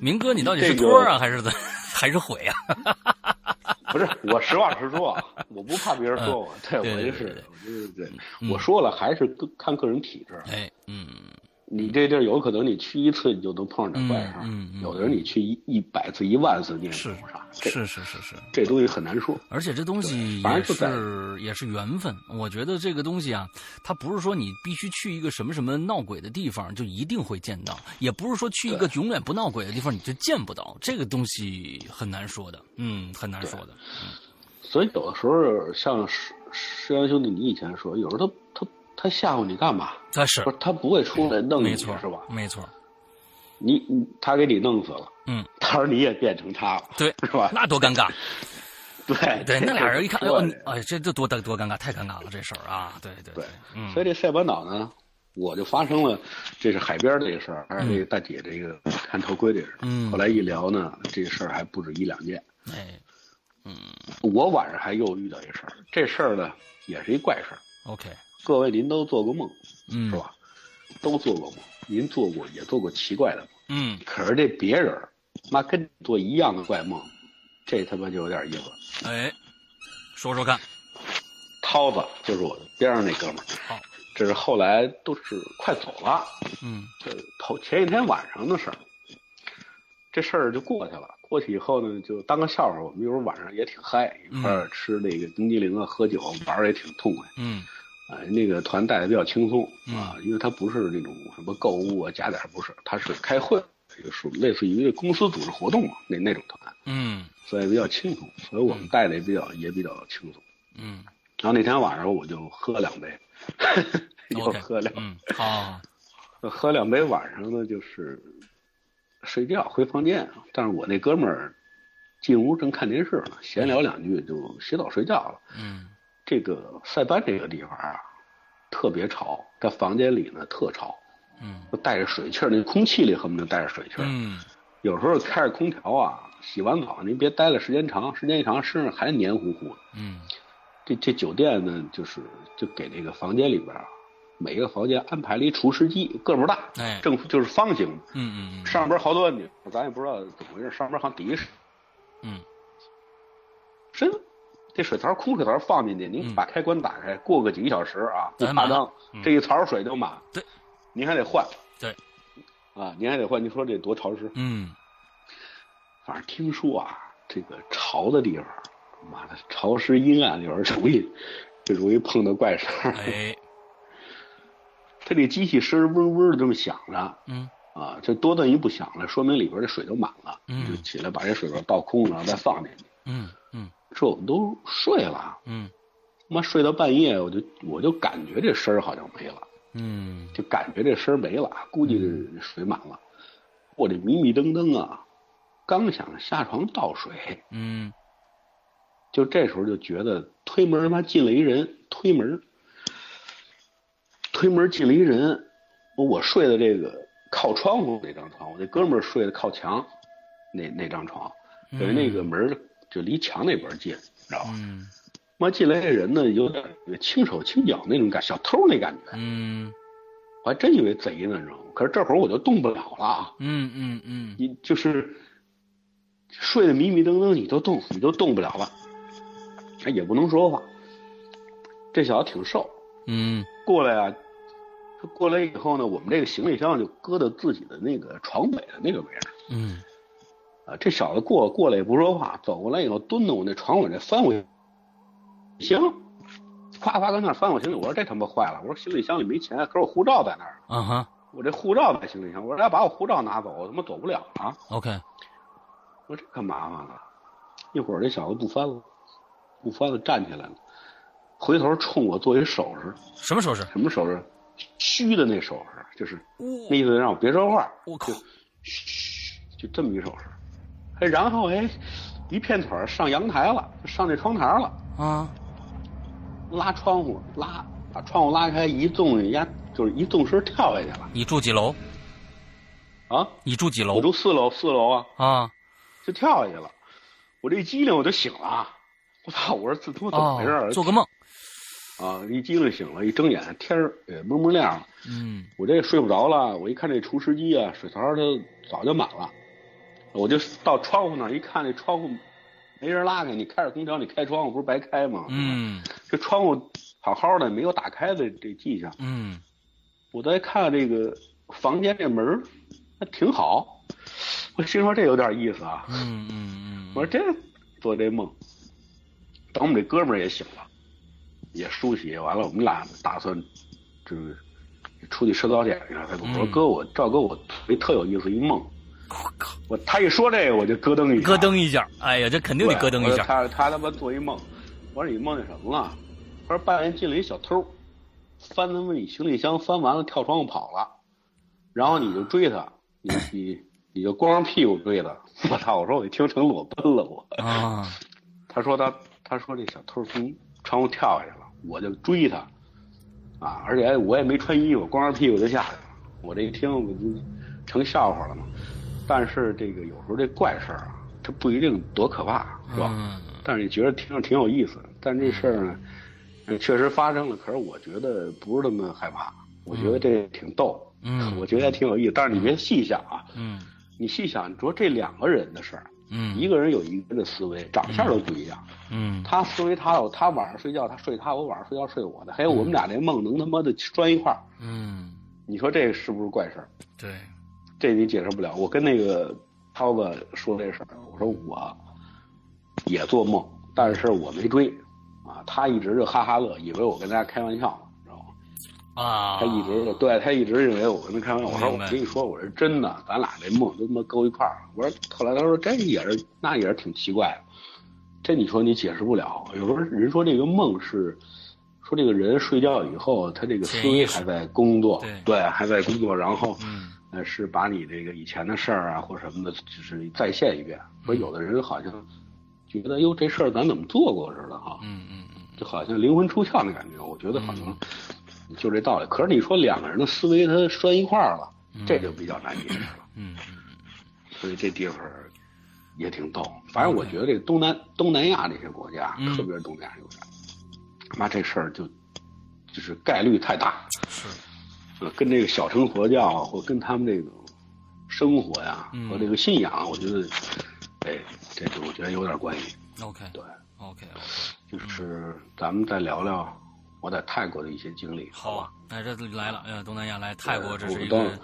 [SPEAKER 1] 明哥，你到底是
[SPEAKER 2] 这个
[SPEAKER 1] 托儿啊，还是怎，还是悔啊？
[SPEAKER 2] 不是，我实话实说啊，我不怕别人说我，对
[SPEAKER 1] 嗯对
[SPEAKER 2] 我
[SPEAKER 1] 对对
[SPEAKER 2] 就是
[SPEAKER 1] 对，
[SPEAKER 2] 我就是对
[SPEAKER 1] 嗯，
[SPEAKER 2] 我说了还是个看个人体质。
[SPEAKER 1] 哎，嗯
[SPEAKER 2] 你这地儿有可能你去一次你就能碰上点怪事
[SPEAKER 1] 嗯嗯嗯
[SPEAKER 2] 儿，有的人你去一一百次一万次你也
[SPEAKER 1] 是
[SPEAKER 2] 碰不上。这
[SPEAKER 1] 是是是是，
[SPEAKER 2] 这东西很难说。
[SPEAKER 1] 而且这东西
[SPEAKER 2] 反
[SPEAKER 1] 也
[SPEAKER 2] 正就在
[SPEAKER 1] 是也是缘分。我觉得这个东西啊，它不是说你必须去一个什么什么闹鬼的地方就一定会见到，也不是说去一个永远不闹鬼的地方你就见不到。这个东西很难说的，嗯，很难说的。
[SPEAKER 2] 所以有的时候像石石原兄弟，你以前说，有时候他他他吓唬你干嘛？
[SPEAKER 1] 它是
[SPEAKER 2] 不是他不会出来弄
[SPEAKER 1] 没
[SPEAKER 2] 你，
[SPEAKER 1] 错，
[SPEAKER 2] 是吧？
[SPEAKER 1] 没错，
[SPEAKER 2] 你你他给你弄死了，
[SPEAKER 1] 嗯，
[SPEAKER 2] 到时候你也变成他了，
[SPEAKER 1] 对，
[SPEAKER 2] 是吧？
[SPEAKER 1] 那多尴
[SPEAKER 2] [laughs]
[SPEAKER 1] 尬。
[SPEAKER 2] 对
[SPEAKER 1] 对，那俩人一看，哎呦，
[SPEAKER 2] 对
[SPEAKER 1] 你哎，这这多尴多尴尬，太尴尬了这事儿啊！对对
[SPEAKER 2] 对，
[SPEAKER 1] 嗯，
[SPEAKER 2] 所以这塞班岛呢，我就发生了，这是海边这个事儿，还有这个大姐这个 [laughs] 看头盔这事儿。
[SPEAKER 1] 嗯
[SPEAKER 2] 后来一聊呢，这事儿还不止一两件。
[SPEAKER 1] 哎
[SPEAKER 2] 我晚上还又遇到一事儿，这事儿呢也是一怪事儿。
[SPEAKER 1] ，OK，
[SPEAKER 2] 各位您都做过梦
[SPEAKER 1] 嗯，
[SPEAKER 2] 是？吧？都做过梦，您做过也做过奇怪的梦，
[SPEAKER 1] 嗯，
[SPEAKER 2] 可是这别人儿，妈跟你做一样的怪梦，这他妈就有点意思了。
[SPEAKER 1] 哎，说说看，
[SPEAKER 2] 涛子就是我边上那哥们儿
[SPEAKER 1] 好，
[SPEAKER 2] 这是后来都是快走了。
[SPEAKER 1] 嗯
[SPEAKER 2] 这头前一天晚上的事儿，这事儿就过去了。过去以后呢，就当个笑话。我们有时候晚上也挺嗨，一块儿吃那个冰激凌啊，喝酒玩儿也挺痛快。
[SPEAKER 1] 嗯
[SPEAKER 2] 啊、那个团带的比较轻松
[SPEAKER 1] 嗯
[SPEAKER 2] 啊，因为他不是那种什么购物啊、加点儿不是，他是开会，就是类似于公司组织活动嘛，那那种团，
[SPEAKER 1] 嗯
[SPEAKER 2] 所以比较轻松。所以我们带的也比较也比较轻松。
[SPEAKER 1] 嗯
[SPEAKER 2] 然后那天晚上我就喝两杯， [laughs] 又
[SPEAKER 1] ，OK，
[SPEAKER 2] 喝两
[SPEAKER 1] 嗯，好，
[SPEAKER 2] 喝两杯，晚上呢就是睡觉回房间。啊但是我那哥们儿进屋正看电视呢，闲聊两句就洗澡睡觉了。
[SPEAKER 1] 嗯
[SPEAKER 2] 这个塞班这个地方啊，特别吵，在房间里呢特吵，
[SPEAKER 1] 嗯
[SPEAKER 2] 就带着水气儿，那空气里恨不得带着水气儿。
[SPEAKER 1] 嗯，
[SPEAKER 2] 有时候开着空调啊，洗完澡您别待了时间长，时间一长身上还黏糊糊的。
[SPEAKER 1] 嗯
[SPEAKER 2] 这这酒店呢，就是就给这个房间里边啊，每个房间安排了一除湿机，个儿不大，
[SPEAKER 1] 哎
[SPEAKER 2] 正就是方形的。
[SPEAKER 1] 嗯嗯
[SPEAKER 2] 上边好多按钮，咱也不知道怎么回事，上边好像底是
[SPEAKER 1] 嗯
[SPEAKER 2] 深，这水槽空水槽放进去，您
[SPEAKER 1] 嗯
[SPEAKER 2] 把开关打开，过个几个小时啊，不
[SPEAKER 1] 哎
[SPEAKER 2] 夸
[SPEAKER 1] 满了
[SPEAKER 2] 张，这一槽水就满。
[SPEAKER 1] 对，
[SPEAKER 2] 您还得换。
[SPEAKER 1] 对，
[SPEAKER 2] 啊，您还得换。你说这多潮湿？
[SPEAKER 1] 嗯
[SPEAKER 2] 反正听说啊，这个潮的地方，妈的潮湿阴暗里边容易就容易碰到怪事儿。
[SPEAKER 1] 嗯，哎，
[SPEAKER 2] 它这机器声嗡嗡的这么响着，
[SPEAKER 1] 嗯
[SPEAKER 2] 啊，这多顿一不响了，说明里边这水都满了，
[SPEAKER 1] 嗯
[SPEAKER 2] 就起来把这水管倒空了，然后再放进去。
[SPEAKER 1] 嗯嗯
[SPEAKER 2] 这我们都睡了，
[SPEAKER 1] 嗯
[SPEAKER 2] 妈睡到半夜，我就我就感觉这声儿好像没了，
[SPEAKER 1] 嗯
[SPEAKER 2] 就感觉这声儿没了，估计这水满了。我这迷迷瞪瞪啊，刚想下床倒水，
[SPEAKER 1] 嗯，
[SPEAKER 2] 就这时候就觉得推门他妈进了一人，推门，推门进了一人。我睡的这个靠窗户那张床，我那哥们儿睡的靠墙那那张床，等于那个门儿就离墙那边儿近，你知道吧？
[SPEAKER 1] 嗯
[SPEAKER 2] 妈进来这人呢，有点轻手轻脚那种感，小偷那感觉，
[SPEAKER 1] 嗯
[SPEAKER 2] 我还真以为贼呢，你知道吗？可是这会儿我就动不了了啊，
[SPEAKER 1] 嗯嗯嗯
[SPEAKER 2] 你就是睡得迷迷瞪瞪，你都动，你都动不了了，哎，也不能说话。这小子挺瘦，
[SPEAKER 1] 嗯
[SPEAKER 2] 过来啊，他过来以后呢，我们这个行李箱就搁到自己的那个床尾的那个位置
[SPEAKER 1] 嗯
[SPEAKER 2] 啊。这小子过过来也不说话，走过来以后蹲到我那床尾那翻我行，夸夸跟那儿翻我行李，我说这他妈坏了，我说行李箱里没钱，可是我护照在那儿，
[SPEAKER 1] 啊哈
[SPEAKER 2] 我这护照在行李箱，我说要把我护照拿走，我他妈走不了了啊。
[SPEAKER 1] ，OK，
[SPEAKER 2] 我说这可麻烦了，一会儿这小子不翻了，不翻了，站起来了，回头冲我做一手势，
[SPEAKER 1] 什么手势？
[SPEAKER 2] 什么手势？虚的那手势，就是那
[SPEAKER 1] 我
[SPEAKER 2] 意思让我别说话，
[SPEAKER 1] 我靠，
[SPEAKER 2] 就这么一手势。哎，然后哎，一片腿儿上阳台了，就上那窗台了，
[SPEAKER 1] 啊，
[SPEAKER 2] 拉窗户，拉把窗户拉开，一纵压就是一纵身跳下去了
[SPEAKER 1] 你住几楼？
[SPEAKER 2] 啊！
[SPEAKER 1] 你住几
[SPEAKER 2] 我
[SPEAKER 1] 楼？
[SPEAKER 2] 住四楼，四楼啊，
[SPEAKER 1] 啊
[SPEAKER 2] 就跳下去了。我这一激灵我就醒了，我操！我说这他妈怎么回事儿？
[SPEAKER 1] 哦，做个梦。
[SPEAKER 2] 啊，一激灵醒了，一睁眼天儿也蒙蒙亮了，
[SPEAKER 1] 嗯
[SPEAKER 2] 我这睡不着了。我一看这除湿机啊，水槽它早就满了，我就到窗户那儿一看，这窗户没人拉开，你开着空调，你开窗户不是白开吗？，
[SPEAKER 1] 嗯
[SPEAKER 2] 这窗户好好的没有打开的这迹象。
[SPEAKER 1] 嗯
[SPEAKER 2] 我再看这个房间这门儿，还挺好，我心说这有点意思啊。
[SPEAKER 1] 嗯嗯嗯
[SPEAKER 2] 我说这做这梦，等我们这哥们儿也醒了，也梳洗完了，我们俩打算就是出去吃早点去了。他跟我说：“
[SPEAKER 1] 嗯
[SPEAKER 2] 哥，我赵哥，我一特有意思一梦。”
[SPEAKER 1] 我靠，
[SPEAKER 2] 我他一说这个，我就咯噔一下，
[SPEAKER 1] 咯噔一下，哎呀，这肯定得咯噔
[SPEAKER 2] 我
[SPEAKER 1] 一
[SPEAKER 2] 说
[SPEAKER 1] 下。
[SPEAKER 2] 他他他妈做一梦，我说你梦见什么了？他说半夜进来一小偷，翻他妈你行李箱，翻完了跳窗户跑了，然后你就追他，你你你就光着屁股追他。我操！我说我一听成裸奔了我。
[SPEAKER 1] 啊，
[SPEAKER 2] 他说他他说这小偷从窗户跳下去了，我就追他，啊，而且我也没穿衣服，光着屁股就下去了。我这一听，我就成笑话了嘛。但是这个有时候这怪事儿啊，它不一定多可怕，是吧？
[SPEAKER 1] 嗯
[SPEAKER 2] 但是觉得听着挺有意思。但这事儿呢，呃确实发生了，可是我觉得不是那么害怕，我觉得这挺逗，
[SPEAKER 1] 嗯
[SPEAKER 2] 我觉得还挺有意思。但是你别细想啊，
[SPEAKER 1] 嗯
[SPEAKER 2] 你细想，你说这两个人的事儿，
[SPEAKER 1] 嗯，
[SPEAKER 2] 一个人有一个人的思维，长相都不一样。
[SPEAKER 1] 嗯
[SPEAKER 2] 他思维他有，他晚上睡觉他睡他，我晚上睡觉睡我的，还有我们俩这梦能他妈的拴一块儿，
[SPEAKER 1] 嗯，
[SPEAKER 2] 你说这是不是怪事儿？
[SPEAKER 1] 对，
[SPEAKER 2] 这你解释不了。我跟那个涛子说这事儿，我说我也做梦，但是我没追啊，他一直就哈哈乐，以为我跟大家开玩笑呢，知道吗？
[SPEAKER 1] 啊，
[SPEAKER 2] 他一直就对他一直认为我跟他开玩笑。我说
[SPEAKER 1] 明
[SPEAKER 2] 我
[SPEAKER 1] 白
[SPEAKER 2] 跟你说，我是真的，咱俩这梦都他妈勾一块儿了。我说后来他说这也是那也是挺奇怪的，这你说你解释不了。有时候人说这个梦是说这个人睡觉以后，他这个思
[SPEAKER 1] 潜意
[SPEAKER 2] 维
[SPEAKER 1] 识
[SPEAKER 2] 还在工作，
[SPEAKER 1] 对
[SPEAKER 2] 还在工作，然后。
[SPEAKER 1] 嗯
[SPEAKER 2] 呃，是把你这个以前的事儿啊，或什么的，就是再现一遍。
[SPEAKER 1] 嗯
[SPEAKER 2] 说有的人好像觉得，哟，这事儿咱怎么做过似的哈、
[SPEAKER 1] 嗯嗯嗯，
[SPEAKER 2] 就好像灵魂出窍的感觉。我觉得好像就这道理。可是你说两个人的思维他拴一块儿了，这就比较难解释了。
[SPEAKER 1] 嗯
[SPEAKER 2] 所以这地方也挺逗。反正我觉得这东南东南亚这些国家，
[SPEAKER 1] 嗯
[SPEAKER 2] 特别是东南亚这些国家，妈这事儿就就是概率太大，
[SPEAKER 1] 是，
[SPEAKER 2] 呃跟这个小乘佛教啊或跟他们这个生活呀、
[SPEAKER 1] 嗯
[SPEAKER 2] 和这个信仰，我觉得，哎，这就我觉得有点关系。
[SPEAKER 1] OK
[SPEAKER 2] 对，
[SPEAKER 1] OK，嗯
[SPEAKER 2] 就是咱们再聊聊我在泰国的一些经历，
[SPEAKER 1] 好
[SPEAKER 2] 吧
[SPEAKER 1] 啊？，哎，这来了，呃，东南亚来泰国，
[SPEAKER 2] 对
[SPEAKER 1] 这是一
[SPEAKER 2] 我们
[SPEAKER 1] 个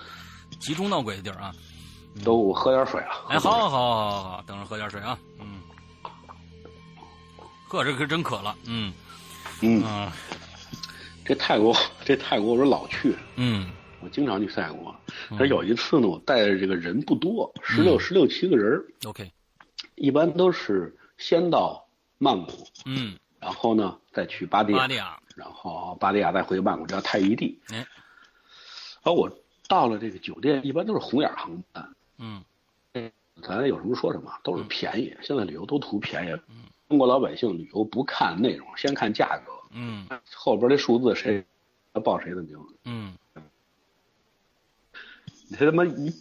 [SPEAKER 1] 集中闹鬼的地儿啊。
[SPEAKER 2] 都我喝点水了。
[SPEAKER 1] 哎，好，好，好，好，好，等着喝点水啊。嗯，喝这可真渴了。嗯
[SPEAKER 2] 嗯，
[SPEAKER 1] 嗯
[SPEAKER 2] [laughs] 这泰国，这泰国我是老去，
[SPEAKER 1] 嗯
[SPEAKER 2] 我经常去泰国。但是有一次呢，我带着这个人不多，十
[SPEAKER 1] 嗯
[SPEAKER 2] 六十六七个人儿，
[SPEAKER 1] ，OK，
[SPEAKER 2] 一般都是先到曼谷，
[SPEAKER 1] 嗯，
[SPEAKER 2] 然后呢再去芭提雅，
[SPEAKER 1] 巴利亚，
[SPEAKER 2] 然后芭提雅再回曼谷，叫泰宜地。
[SPEAKER 1] 哎，
[SPEAKER 2] 然后我到了这个酒店，一般都是红眼儿航班，
[SPEAKER 1] 嗯
[SPEAKER 2] 咱有什么说什么，都是便宜。现在旅游都图便宜，中国老百姓旅游不看内容，先看价格，
[SPEAKER 1] 嗯
[SPEAKER 2] 后边这数字谁报谁的名。
[SPEAKER 1] 嗯
[SPEAKER 2] 你他妈一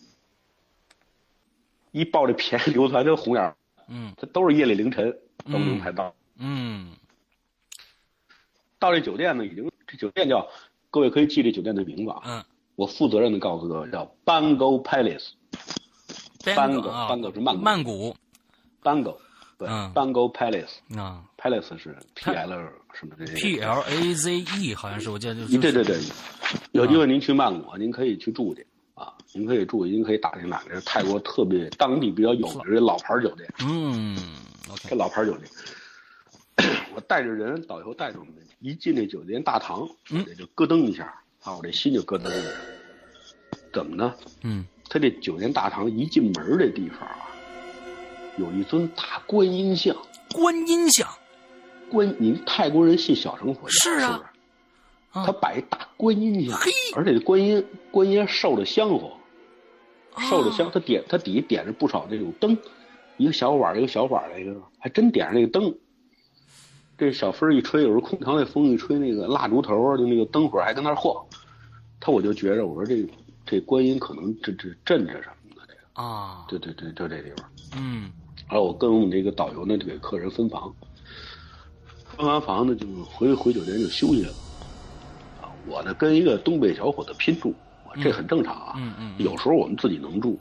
[SPEAKER 2] 一报这便宜流传，这红眼儿，
[SPEAKER 1] 嗯
[SPEAKER 2] 这都是夜里凌晨都能才到。
[SPEAKER 1] 嗯
[SPEAKER 2] 到这酒店呢，已经这酒店叫，各位可以记这酒店的名字啊。
[SPEAKER 1] 嗯，
[SPEAKER 2] 我负责任的告诉各位，叫 Bango Palace。班狗
[SPEAKER 1] 啊，
[SPEAKER 2] 班狗是曼谷
[SPEAKER 1] 曼谷
[SPEAKER 2] Bango，对、
[SPEAKER 1] 嗯
[SPEAKER 2] b a n g o Palace。
[SPEAKER 1] 啊
[SPEAKER 2] Palace 是 P L 什么的
[SPEAKER 1] ，P L A Z E 好像是，我记得就是嗯
[SPEAKER 2] 对对对，有机会您去曼谷，您可以去住去啊，您可以住，您可以打听打听，这是泰国特别当地比较有名的老牌酒店，
[SPEAKER 1] 嗯
[SPEAKER 2] 这
[SPEAKER 1] ，OK，
[SPEAKER 2] 老牌酒店。 [clears throat] 我带着人，导游带着我们，一进这酒店大堂，
[SPEAKER 1] 嗯
[SPEAKER 2] 这就咯噔一下啊，我这心就咯噔一下。怎么呢？
[SPEAKER 1] 嗯
[SPEAKER 2] 他这酒店大堂一进门儿这地方啊，有一尊大观音像。
[SPEAKER 1] 观音像
[SPEAKER 2] 观，您泰国人信小乘佛教
[SPEAKER 1] 是啊
[SPEAKER 2] 是不是
[SPEAKER 1] 啊
[SPEAKER 2] 他摆一大观音像
[SPEAKER 1] 嘿，
[SPEAKER 2] 而且这观音观音受着香火，受着香
[SPEAKER 1] 啊，
[SPEAKER 2] 他点他底下点着不少这种灯，一个小碗儿一个小碗儿的一个，还真点上那个灯。这小风儿一吹，有时候空调那风一吹，那个蜡烛头儿就那个灯火儿还跟那儿晃，他我就觉着我说这这观音可能这这镇着什么的，
[SPEAKER 1] 啊，
[SPEAKER 2] 这这这这这这地方。
[SPEAKER 1] 嗯
[SPEAKER 2] 然后我跟我们这个导游呢就给客人分房，分完房呢就回回酒店就休息了。啊，我呢跟一个东北小伙子拼住，啊这很正常啊。
[SPEAKER 1] 嗯嗯嗯
[SPEAKER 2] 有时候我们自己能住，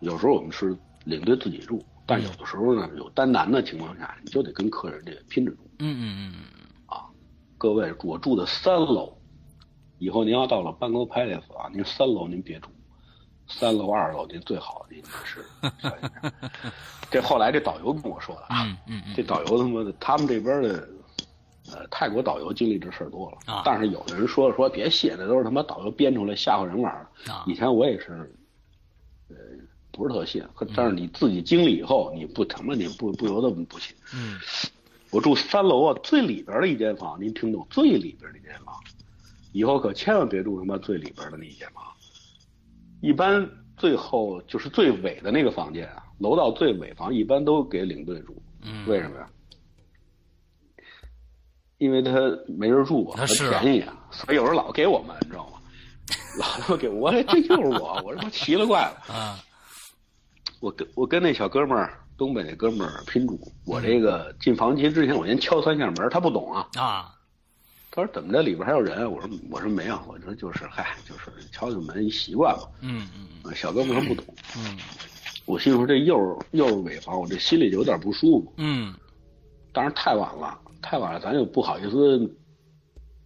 [SPEAKER 2] 有时候我们是领队自己住，
[SPEAKER 1] 嗯
[SPEAKER 2] 但有的时候呢有单男的情况下，你就得跟客人这个拼着住。
[SPEAKER 1] 嗯嗯嗯嗯，
[SPEAKER 2] 各位，我住的三楼，以后您要到了办公 palace 啊，您三楼您别住，三楼、二楼您最好的地
[SPEAKER 1] [laughs]
[SPEAKER 2] 方是小阴山。这后来这导游跟我说的啊，
[SPEAKER 1] 嗯嗯嗯
[SPEAKER 2] 这导游他妈的，他们这边的，呃，泰国导游经历这事儿多了。
[SPEAKER 1] 啊
[SPEAKER 2] 但是有的人说说别信，那都是他妈导游编出来吓唬人玩儿的。
[SPEAKER 1] 啊
[SPEAKER 2] 以前我也是，呃，不是特
[SPEAKER 1] 嗯
[SPEAKER 2] 信，可但是你自己经历以后，你不他妈你不不由得不信。
[SPEAKER 1] 嗯
[SPEAKER 2] 我住三楼啊，最里边的一间房，您听懂？最里边的一间房，以后可千万别住他妈最里边的那一间房。一般最后就是最尾的那个房间啊，楼道最尾房一般都给领队住，
[SPEAKER 1] 嗯，
[SPEAKER 2] 为什么呀？因为他没人住啊，
[SPEAKER 1] 那
[SPEAKER 2] 他
[SPEAKER 1] 是啊
[SPEAKER 2] 便宜啊，所以有人老给我们，你知道吗？老他妈给我，这就是我，我他妈奇了怪了。
[SPEAKER 1] 啊
[SPEAKER 2] 我跟我跟那小哥们儿，东北那哥们儿拼主，我这个进房间之前，我先敲三下门，他不懂啊，
[SPEAKER 1] 啊
[SPEAKER 2] 他说怎么着里边还有人啊？我说我说没有，我说就是嗨，就是敲敲门一习惯吧。
[SPEAKER 1] 嗯嗯
[SPEAKER 2] 啊小哥们儿不懂，
[SPEAKER 1] 嗯
[SPEAKER 2] 我心说这又是又是尾房，我这心里就有点不舒服。
[SPEAKER 1] 嗯
[SPEAKER 2] 当然太晚了，太晚了，咱又不好意思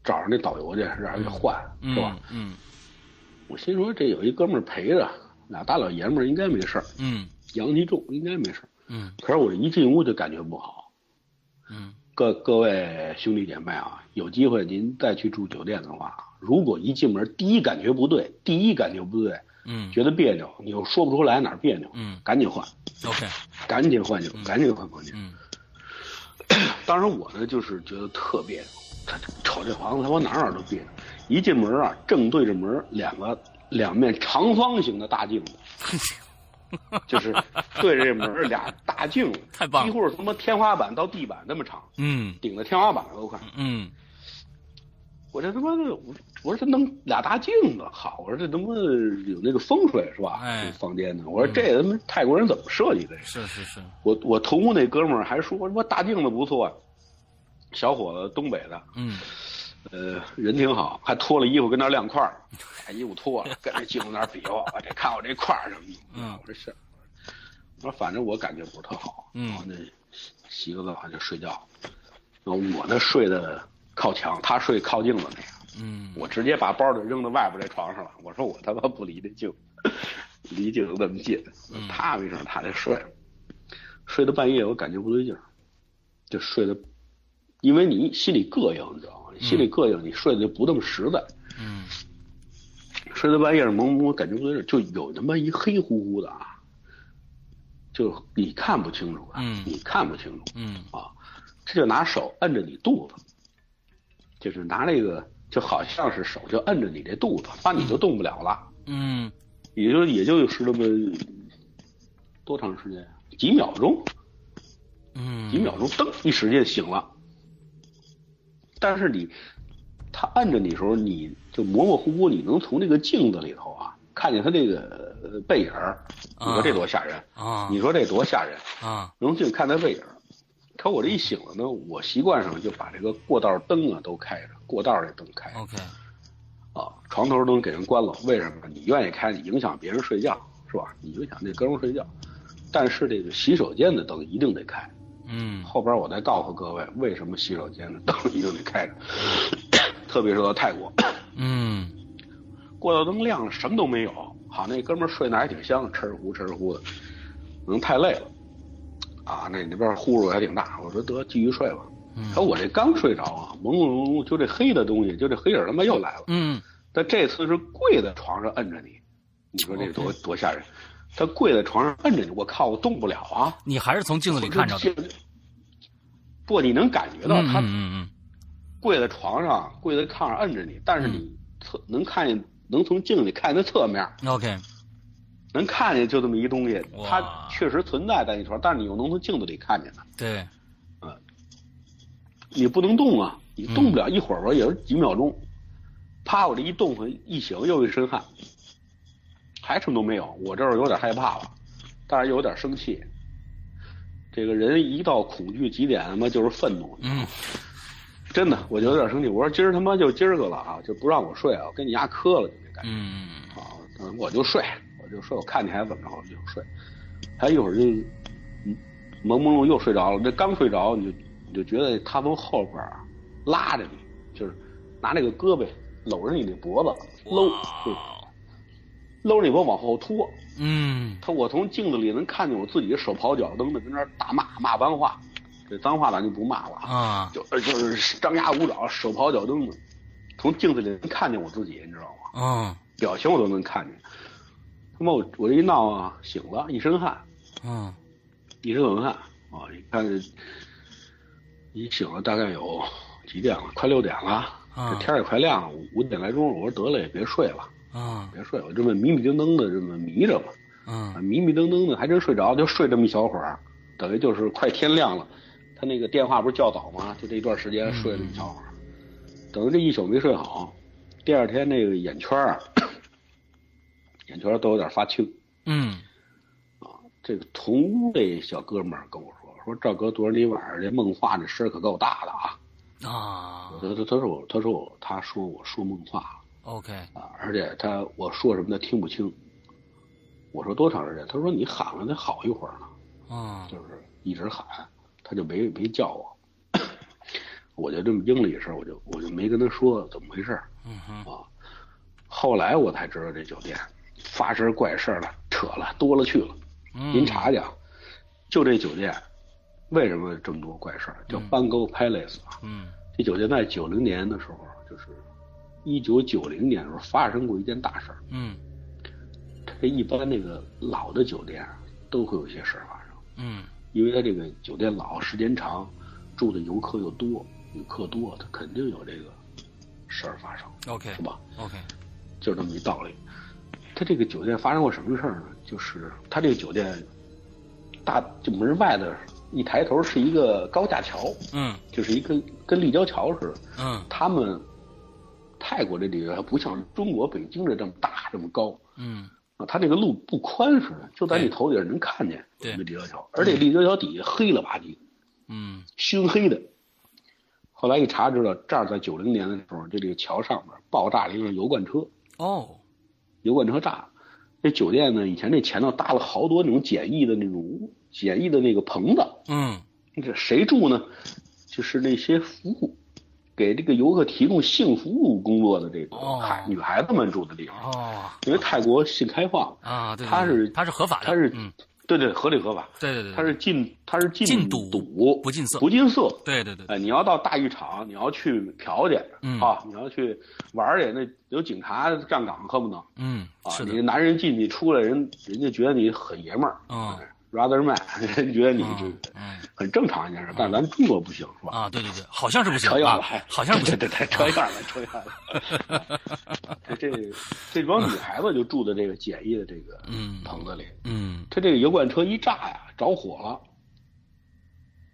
[SPEAKER 2] 找着那导游去让人给换，
[SPEAKER 1] 嗯，
[SPEAKER 2] 是吧？？
[SPEAKER 1] 嗯
[SPEAKER 2] 我心说这有一哥们儿陪着，俩大老爷们儿应该没事儿，
[SPEAKER 1] 嗯
[SPEAKER 2] 阳气重应该没事儿。
[SPEAKER 1] 嗯
[SPEAKER 2] 可是我一进屋就感觉不好。
[SPEAKER 1] 嗯
[SPEAKER 2] 各各位兄弟姐妹啊，有机会您再去住酒店的话，如果一进门第一感觉不对，第一感觉不对，
[SPEAKER 1] 嗯
[SPEAKER 2] 觉得别扭，你又说不出来哪儿别扭，
[SPEAKER 1] 嗯
[SPEAKER 2] 赶紧换，
[SPEAKER 1] ，OK，
[SPEAKER 2] 赶紧换就赶紧换房间。
[SPEAKER 1] 嗯
[SPEAKER 2] 当时我呢就是觉得特别扭，他瞅这房子他妈哪儿哪儿都别扭，一进门啊，正对着门两个两面长方形的大镜子，就是对着这门俩大镜子，
[SPEAKER 1] [laughs] 太棒了
[SPEAKER 2] 几乎是他妈天花板到地板那么长，
[SPEAKER 1] 嗯
[SPEAKER 2] 顶到天花板都快。
[SPEAKER 1] 嗯
[SPEAKER 2] 我这他妈的，我我说这弄俩大镜子，好，我说这他妈有那个风水是吧？
[SPEAKER 1] 哎
[SPEAKER 2] 这房间呢，我说这他妈泰国人怎么设计的？这是
[SPEAKER 1] 是是是，
[SPEAKER 2] 我我同屋那哥们儿还说说大镜子不错、啊，小伙子东北的，
[SPEAKER 1] 嗯
[SPEAKER 2] 呃，人挺好，还脱了衣服跟那儿晾块儿，把衣服脱了，跟 [laughs] 那镜子那儿比划，我这看我这块儿什么的。
[SPEAKER 1] 嗯
[SPEAKER 2] 我说是，我说反正我感觉不是特好，
[SPEAKER 1] 嗯
[SPEAKER 2] 我那洗个澡就睡觉，然后我那睡的靠墙，他睡靠镜子那个。
[SPEAKER 1] 嗯
[SPEAKER 2] 我直接把包就扔到外边这床上了。我说我他妈不离这镜，离镜子那么近，啪一声他就睡了。睡到半夜，我感觉不对劲儿，就睡的，因为你心里膈应，你知道吗？心里膈应，你睡得就不那么实在。
[SPEAKER 1] 嗯
[SPEAKER 2] 睡到半夜蒙蒙，感觉不对劲儿，就有他妈一黑乎乎的啊，就你看不清楚啊，
[SPEAKER 1] 嗯
[SPEAKER 2] 你看不清楚。
[SPEAKER 1] 嗯
[SPEAKER 2] 啊，这就拿手摁着你肚子，就是拿那个，就好像是手就摁着你这肚子，把你就动不了了，
[SPEAKER 1] 嗯
[SPEAKER 2] 也就也就是那么多长时间，几秒钟，
[SPEAKER 1] 嗯，
[SPEAKER 2] 几秒钟，噔一使劲醒了。但是你，他摁着你的时候，你就模模糊糊，你能从这个镜子里头啊，看见他这个呃背影儿你说这多吓人？
[SPEAKER 1] 啊
[SPEAKER 2] 你说这多吓人？
[SPEAKER 1] 啊
[SPEAKER 2] 能进看他背影儿。可我这一醒了呢，我习惯上就把这个过道灯啊都开着，过道这灯开着
[SPEAKER 1] ，OK，
[SPEAKER 2] 啊，床头灯给人关了。为什么？你愿意开，你影响别人睡觉是吧？你影响那哥们儿睡觉。但是这个洗手间的灯一定得开。
[SPEAKER 1] 嗯
[SPEAKER 2] 后边我再告诉各位为什么洗手间的灯一定得开着， [coughs] 特别是到泰国， [coughs]
[SPEAKER 1] 嗯
[SPEAKER 2] 过道灯亮了，什么都没有。好，那哥们儿睡得还挺香，哧儿呼哧儿呼的，可能太累了，啊，那那边儿呼噜还挺大。我说得继续睡吧。
[SPEAKER 1] 嗯
[SPEAKER 2] 可我这刚睡着啊，朦朦胧胧，就这黑的东西，就这黑影儿他妈又来了。
[SPEAKER 1] 嗯
[SPEAKER 2] 但这次是跪在床上摁着你，你说这多多吓人？他跪在床上摁着你，我靠，我动不了啊！
[SPEAKER 1] 你还是从镜子里看着的，
[SPEAKER 2] 这。不，你能感觉到
[SPEAKER 1] 嗯
[SPEAKER 2] 他
[SPEAKER 1] 嗯
[SPEAKER 2] 跪在床上、跪在炕上摁着你，但是你侧能看见，能从镜子里看见他侧面。
[SPEAKER 1] 嗯，OK，
[SPEAKER 2] 能看见就这么一东西，
[SPEAKER 1] 哇
[SPEAKER 2] 它确实存在在你床，但是你又能从镜子里看见它，
[SPEAKER 1] 对，
[SPEAKER 2] 你不能动啊，你动不了一会儿吧，也是几秒钟，啪，我这一动弹一醒又一身汗，还什么都没有，我这儿有点害怕了，但是又有点生气。这个人一到恐惧极点，他妈就是愤怒，
[SPEAKER 1] 嗯
[SPEAKER 2] 真的，我就有点生气。我说今儿他妈就今儿个了啊，就不让我睡啊，我跟你丫磕了，就那感觉。
[SPEAKER 1] 嗯
[SPEAKER 2] 啊，嗯我就睡，我就睡，我看你还怎么着，我就睡。他一会儿就嗯朦朦胧又睡着了，这刚睡着你就你就觉得他从后边儿拉着你，就是拿那个胳膊搂着你的脖子，搂，就搂着尾巴往后拖。
[SPEAKER 1] 嗯
[SPEAKER 2] 他我从镜子里能看见我自己手刨脚蹬的跟那儿大骂骂脏话，这脏话咱就不骂了啊，
[SPEAKER 1] 啊，
[SPEAKER 2] 就呃就是张牙舞爪手刨脚蹬的，从镜子里能看见我自己，你知道吗？
[SPEAKER 1] 嗯
[SPEAKER 2] 表情我都能看见。他妈我我这一闹啊醒了，一身汗，
[SPEAKER 1] 嗯
[SPEAKER 2] 一身冷汗啊！你看这，一醒了大概有几点了？快六点了，
[SPEAKER 1] 啊
[SPEAKER 2] 这天儿也快亮了，五五点来钟了。我说得了，也别睡了，
[SPEAKER 1] 嗯
[SPEAKER 2] 别睡了，这么迷迷瞪瞪的，这么迷着吧。啊，
[SPEAKER 1] 嗯
[SPEAKER 2] 迷迷瞪瞪的，还真睡着，就睡这么一小会儿，啊等于就是快天亮了。他那个电话不是叫早吗？就这一段时间睡了一小会儿，等于这一宿没睡好。第二天那个眼圈儿啊，眼圈儿都有点发青。
[SPEAKER 1] 嗯
[SPEAKER 2] 这个同屋这小哥们儿跟我说，说赵哥昨儿你晚上这梦话这声儿可够大的啊！
[SPEAKER 1] 啊
[SPEAKER 2] 他他他说我他说我他说我说梦话
[SPEAKER 1] ，OK，
[SPEAKER 2] 啊，而且他我说什么他听不清。我说多长时间？他说你喊了得好一会儿呢。
[SPEAKER 1] 嗯
[SPEAKER 2] 就是一直喊，他就没没叫我， [coughs] 我就这么应了一声，我就我就没跟他说怎么回事儿
[SPEAKER 1] 嗯哼，
[SPEAKER 2] 啊。后来我才知道这酒店发生怪事儿了，扯了多了去了。
[SPEAKER 1] 嗯
[SPEAKER 2] 您查去啊，就这酒店为什么这么多怪事儿？叫班沟 Palace 啊，
[SPEAKER 1] 嗯
[SPEAKER 2] 这酒店在九零年的时候，就是一九九零年的时候发生过一件大事儿。
[SPEAKER 1] 嗯
[SPEAKER 2] 这一般那个老的酒店啊都会有一些事儿发生。
[SPEAKER 1] 嗯
[SPEAKER 2] 因为他这个酒店老，时间长，住的游客又多，旅客多，他肯定有这个事儿发生，
[SPEAKER 1] ，OK
[SPEAKER 2] 是吧？
[SPEAKER 1] OK，
[SPEAKER 2] 就这么一道理。他这个酒店发生过什么事儿呢？就是他这个酒店大就门外的，一抬头是一个高架桥，
[SPEAKER 1] 嗯
[SPEAKER 2] 就是一个跟立交桥似的。
[SPEAKER 1] 嗯
[SPEAKER 2] 他们泰国这里还不像中国北京这这么大这么高，
[SPEAKER 1] 嗯
[SPEAKER 2] 啊，它这个路不宽似的，就在你
[SPEAKER 1] 对
[SPEAKER 2] 头顶上能看见
[SPEAKER 1] 对
[SPEAKER 2] 一个立交桥，而且立交桥底下黑了吧唧，
[SPEAKER 1] 嗯
[SPEAKER 2] 熏黑的。后来一查知道，这儿在九零年的时候，这这个桥上面爆炸了一辆油罐车，
[SPEAKER 1] 哦，
[SPEAKER 2] 油罐车炸了。这酒店呢，以前这前头搭了好多那种简易的那种屋简易的那个棚子，
[SPEAKER 1] 嗯
[SPEAKER 2] 这谁住呢？就是那些服务，给这个游客提供性服务工作的这
[SPEAKER 1] 哦
[SPEAKER 2] 种孩女孩子们住的地方。
[SPEAKER 1] 哦
[SPEAKER 2] 因为泰国性开放，
[SPEAKER 1] 啊，对，
[SPEAKER 2] 他是
[SPEAKER 1] 他是合法的，
[SPEAKER 2] 它是
[SPEAKER 1] 嗯，
[SPEAKER 2] 对对合理合法，
[SPEAKER 1] 对对对，
[SPEAKER 2] 它是禁它是
[SPEAKER 1] 禁赌
[SPEAKER 2] 赌
[SPEAKER 1] 不禁色
[SPEAKER 2] 不禁色，
[SPEAKER 1] 对对对，
[SPEAKER 2] 哎，你要到大浴场，你要去嫖去，
[SPEAKER 1] 嗯
[SPEAKER 2] 啊，你要去玩儿去，那有警察站岗，恨不能
[SPEAKER 1] 嗯
[SPEAKER 2] 啊，
[SPEAKER 1] 是
[SPEAKER 2] 你
[SPEAKER 1] 的，
[SPEAKER 2] 男人进去出来，人人家觉得你很爷们儿
[SPEAKER 1] 嗯
[SPEAKER 2] ，rather man，人觉得你这
[SPEAKER 1] 嗯
[SPEAKER 2] 个
[SPEAKER 1] 嗯
[SPEAKER 2] 很正常一件事，但是咱中国不行，是吧？
[SPEAKER 1] 啊，对对对，好像是不行
[SPEAKER 2] 扯远
[SPEAKER 1] 啊
[SPEAKER 2] 了，还，
[SPEAKER 1] 好像是不行，
[SPEAKER 2] 对 [laughs] 对对，扯远了，扯远了。
[SPEAKER 1] [laughs]
[SPEAKER 2] 这这这帮女孩子就住的这个简易的这个
[SPEAKER 1] 嗯
[SPEAKER 2] 棚子里，
[SPEAKER 1] 嗯
[SPEAKER 2] 他这个油罐车一炸呀，着火了。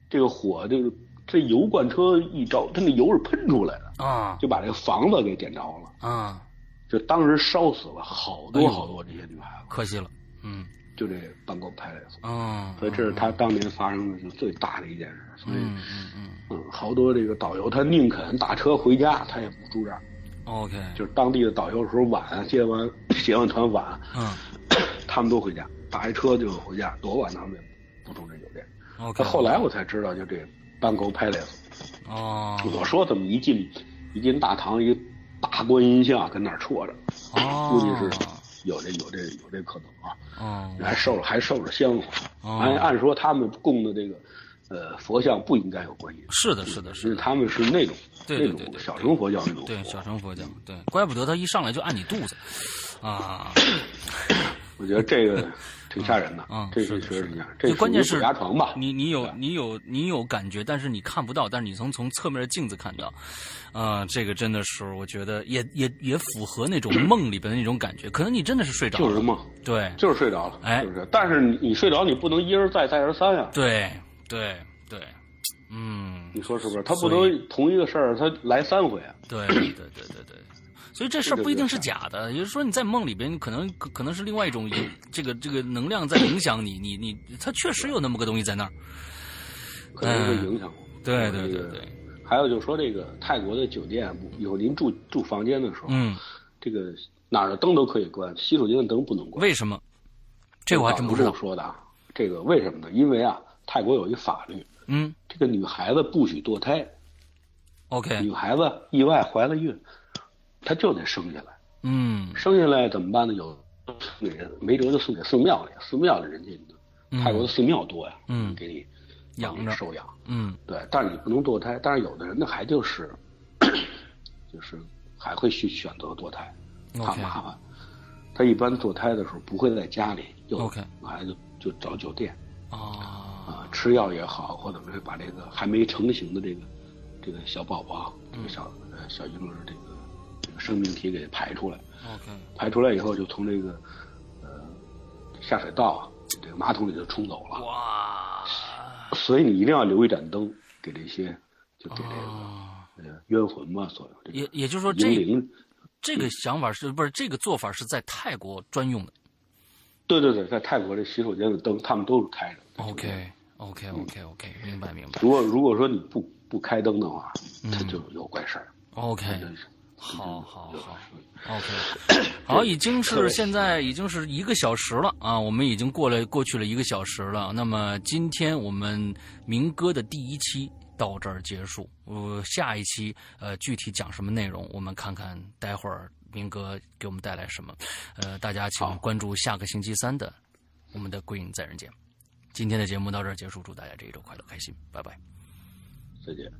[SPEAKER 2] 这个火就是这油罐车一着，它那油是喷出来的，
[SPEAKER 1] 啊
[SPEAKER 2] 就把这个房子给点着了。
[SPEAKER 1] 啊，
[SPEAKER 2] 就当时烧死了好
[SPEAKER 1] 哎呦
[SPEAKER 2] 多好多这些女孩子，
[SPEAKER 1] 可惜了，嗯
[SPEAKER 2] 就这办公派来死。
[SPEAKER 1] 嗯，
[SPEAKER 2] 所以这是他当年发生的是最大的一件事。所以，
[SPEAKER 1] 嗯嗯嗯
[SPEAKER 2] 嗯，好多这个导游他宁肯打车回家，他也不住这儿。
[SPEAKER 1] 嗯，OK，
[SPEAKER 2] 就是当地的导游有时候晚接完 [coughs] 接完团晚，
[SPEAKER 1] 嗯
[SPEAKER 2] 他们都回家，打一车就回家，多晚他们也不住这酒店。
[SPEAKER 1] OK，
[SPEAKER 2] 他后来我才知道，就这班沟派来
[SPEAKER 1] 哦
[SPEAKER 2] 我说怎么一进一进大堂，一大观音像跟那儿戳着，
[SPEAKER 1] 哦，
[SPEAKER 2] 估计是有这有这有这可能啊，
[SPEAKER 1] 哦
[SPEAKER 2] 还受着还受着香火。
[SPEAKER 1] 哦
[SPEAKER 2] 按按说他们供的这个呃佛像不应该有观音，
[SPEAKER 1] 是的是的是的
[SPEAKER 2] 因为他们是那种
[SPEAKER 1] 对对对
[SPEAKER 2] 那
[SPEAKER 1] 对
[SPEAKER 2] 种
[SPEAKER 1] 对
[SPEAKER 2] 小乘佛教那种
[SPEAKER 1] 对，
[SPEAKER 2] 佛
[SPEAKER 1] 小乘佛教，对，怪不得他一上来就按你肚子，啊，
[SPEAKER 2] 我觉得这个挺吓人的
[SPEAKER 1] 嗯，
[SPEAKER 2] 这
[SPEAKER 1] 是的
[SPEAKER 2] 确实
[SPEAKER 1] 是
[SPEAKER 2] 挺吓人。
[SPEAKER 1] 就
[SPEAKER 2] 这
[SPEAKER 1] 关键是
[SPEAKER 2] 牙床吧？
[SPEAKER 1] 你你有
[SPEAKER 2] 对
[SPEAKER 1] 你有你有感觉，但是你看不到，但是你从从侧面的镜子看到，啊、这个真的是我觉得也也也符合那种梦里边的那种感觉，可能你真的是睡着了，
[SPEAKER 2] 就是梦，
[SPEAKER 1] 对
[SPEAKER 2] 就是睡着了，
[SPEAKER 1] 哎
[SPEAKER 2] 是不是？但是你你睡着，你不能一而再再而三呀、啊
[SPEAKER 1] 对对对，嗯，
[SPEAKER 2] 你说是不是？他不
[SPEAKER 1] 所
[SPEAKER 2] 能同一个事儿他来三回啊。
[SPEAKER 1] 对对对对对。所以这事儿
[SPEAKER 2] 这个
[SPEAKER 1] 不一定
[SPEAKER 2] 就是
[SPEAKER 1] 是假的，也就是说你在梦里边，可能可可能是另外一种影这个这个能量在影响你，你你，它确实有那么个东西在那儿。
[SPEAKER 2] 可能
[SPEAKER 1] 嗯
[SPEAKER 2] 会影响我。
[SPEAKER 1] 对对对
[SPEAKER 2] 这个
[SPEAKER 1] 对。
[SPEAKER 2] 还有就是说，这个泰国的酒店，以后您住住房间的时候，
[SPEAKER 1] 嗯，
[SPEAKER 2] 这个哪儿的灯都可以关，洗手间的灯不能关。
[SPEAKER 1] 为什么？这我还真不知
[SPEAKER 2] 这
[SPEAKER 1] 道
[SPEAKER 2] 个。导游跟我说的啊，这个为什么呢？因为啊，泰国有一法律，
[SPEAKER 1] 嗯
[SPEAKER 2] 这个女孩子不许堕胎，
[SPEAKER 1] ，OK，
[SPEAKER 2] 女孩子意外怀了孕，她就得生下来。
[SPEAKER 1] 嗯
[SPEAKER 2] 生下来怎么办呢？有送给人，没辙就送给寺庙里，寺庙里人家泰国的寺庙多呀，
[SPEAKER 1] 嗯
[SPEAKER 2] 给你
[SPEAKER 1] 养
[SPEAKER 2] 给你
[SPEAKER 1] 着
[SPEAKER 2] 收养，
[SPEAKER 1] 嗯
[SPEAKER 2] 对，但是你不能堕胎，但是有的人呢还就是 [clears throat] 就是还会去选择堕胎，怕
[SPEAKER 1] ，OK
[SPEAKER 2] 麻烦。他一般堕胎的时候不会在家里，就
[SPEAKER 1] OK
[SPEAKER 2] 孩子就找酒店
[SPEAKER 1] 啊，
[SPEAKER 2] 啊，吃药也好，或者是把这个还没成型的这个这个小宝宝、这个小
[SPEAKER 1] 嗯
[SPEAKER 2] 呃小婴儿这个这个生命体给排出来，
[SPEAKER 1] OK，
[SPEAKER 2] 排出来以后就从这个呃下水道啊这个马桶里就冲走了。
[SPEAKER 1] 哇，
[SPEAKER 2] 所以你一定要留一盏灯给这些，就给这个、
[SPEAKER 1] 啊，
[SPEAKER 2] 呃冤魂嘛，所有这
[SPEAKER 1] 也
[SPEAKER 2] 个
[SPEAKER 1] 也就是说
[SPEAKER 2] 幽
[SPEAKER 1] 这
[SPEAKER 2] 灵。
[SPEAKER 1] 这个想法是不是这个做法是在泰国专用的
[SPEAKER 2] 对对对，在泰国这洗手间的灯他们都是开着的。
[SPEAKER 1] ？OK OK OK OK，明白明白
[SPEAKER 2] 如果如果说你不不开灯的话，
[SPEAKER 1] 嗯
[SPEAKER 2] 它就有怪事儿。
[SPEAKER 1] ，OK，
[SPEAKER 2] 它就是
[SPEAKER 1] 好好。
[SPEAKER 2] 有
[SPEAKER 1] 好。OK，好，已经
[SPEAKER 2] 特
[SPEAKER 1] 是
[SPEAKER 2] 别
[SPEAKER 1] 现在已经是一个小时了啊，我们已经过了过去了一个小时了。那么今天我们民歌的第一期到这儿结束，呃，下一期呃具体讲什么内容，我们看看待会儿民歌给我们带来什么。呃，大家请
[SPEAKER 2] 好
[SPEAKER 1] 关注下个星期三的我们的《归隐在人间》。今天的节目到这儿结束，祝大家这一周快乐开心，拜拜。
[SPEAKER 2] 再见。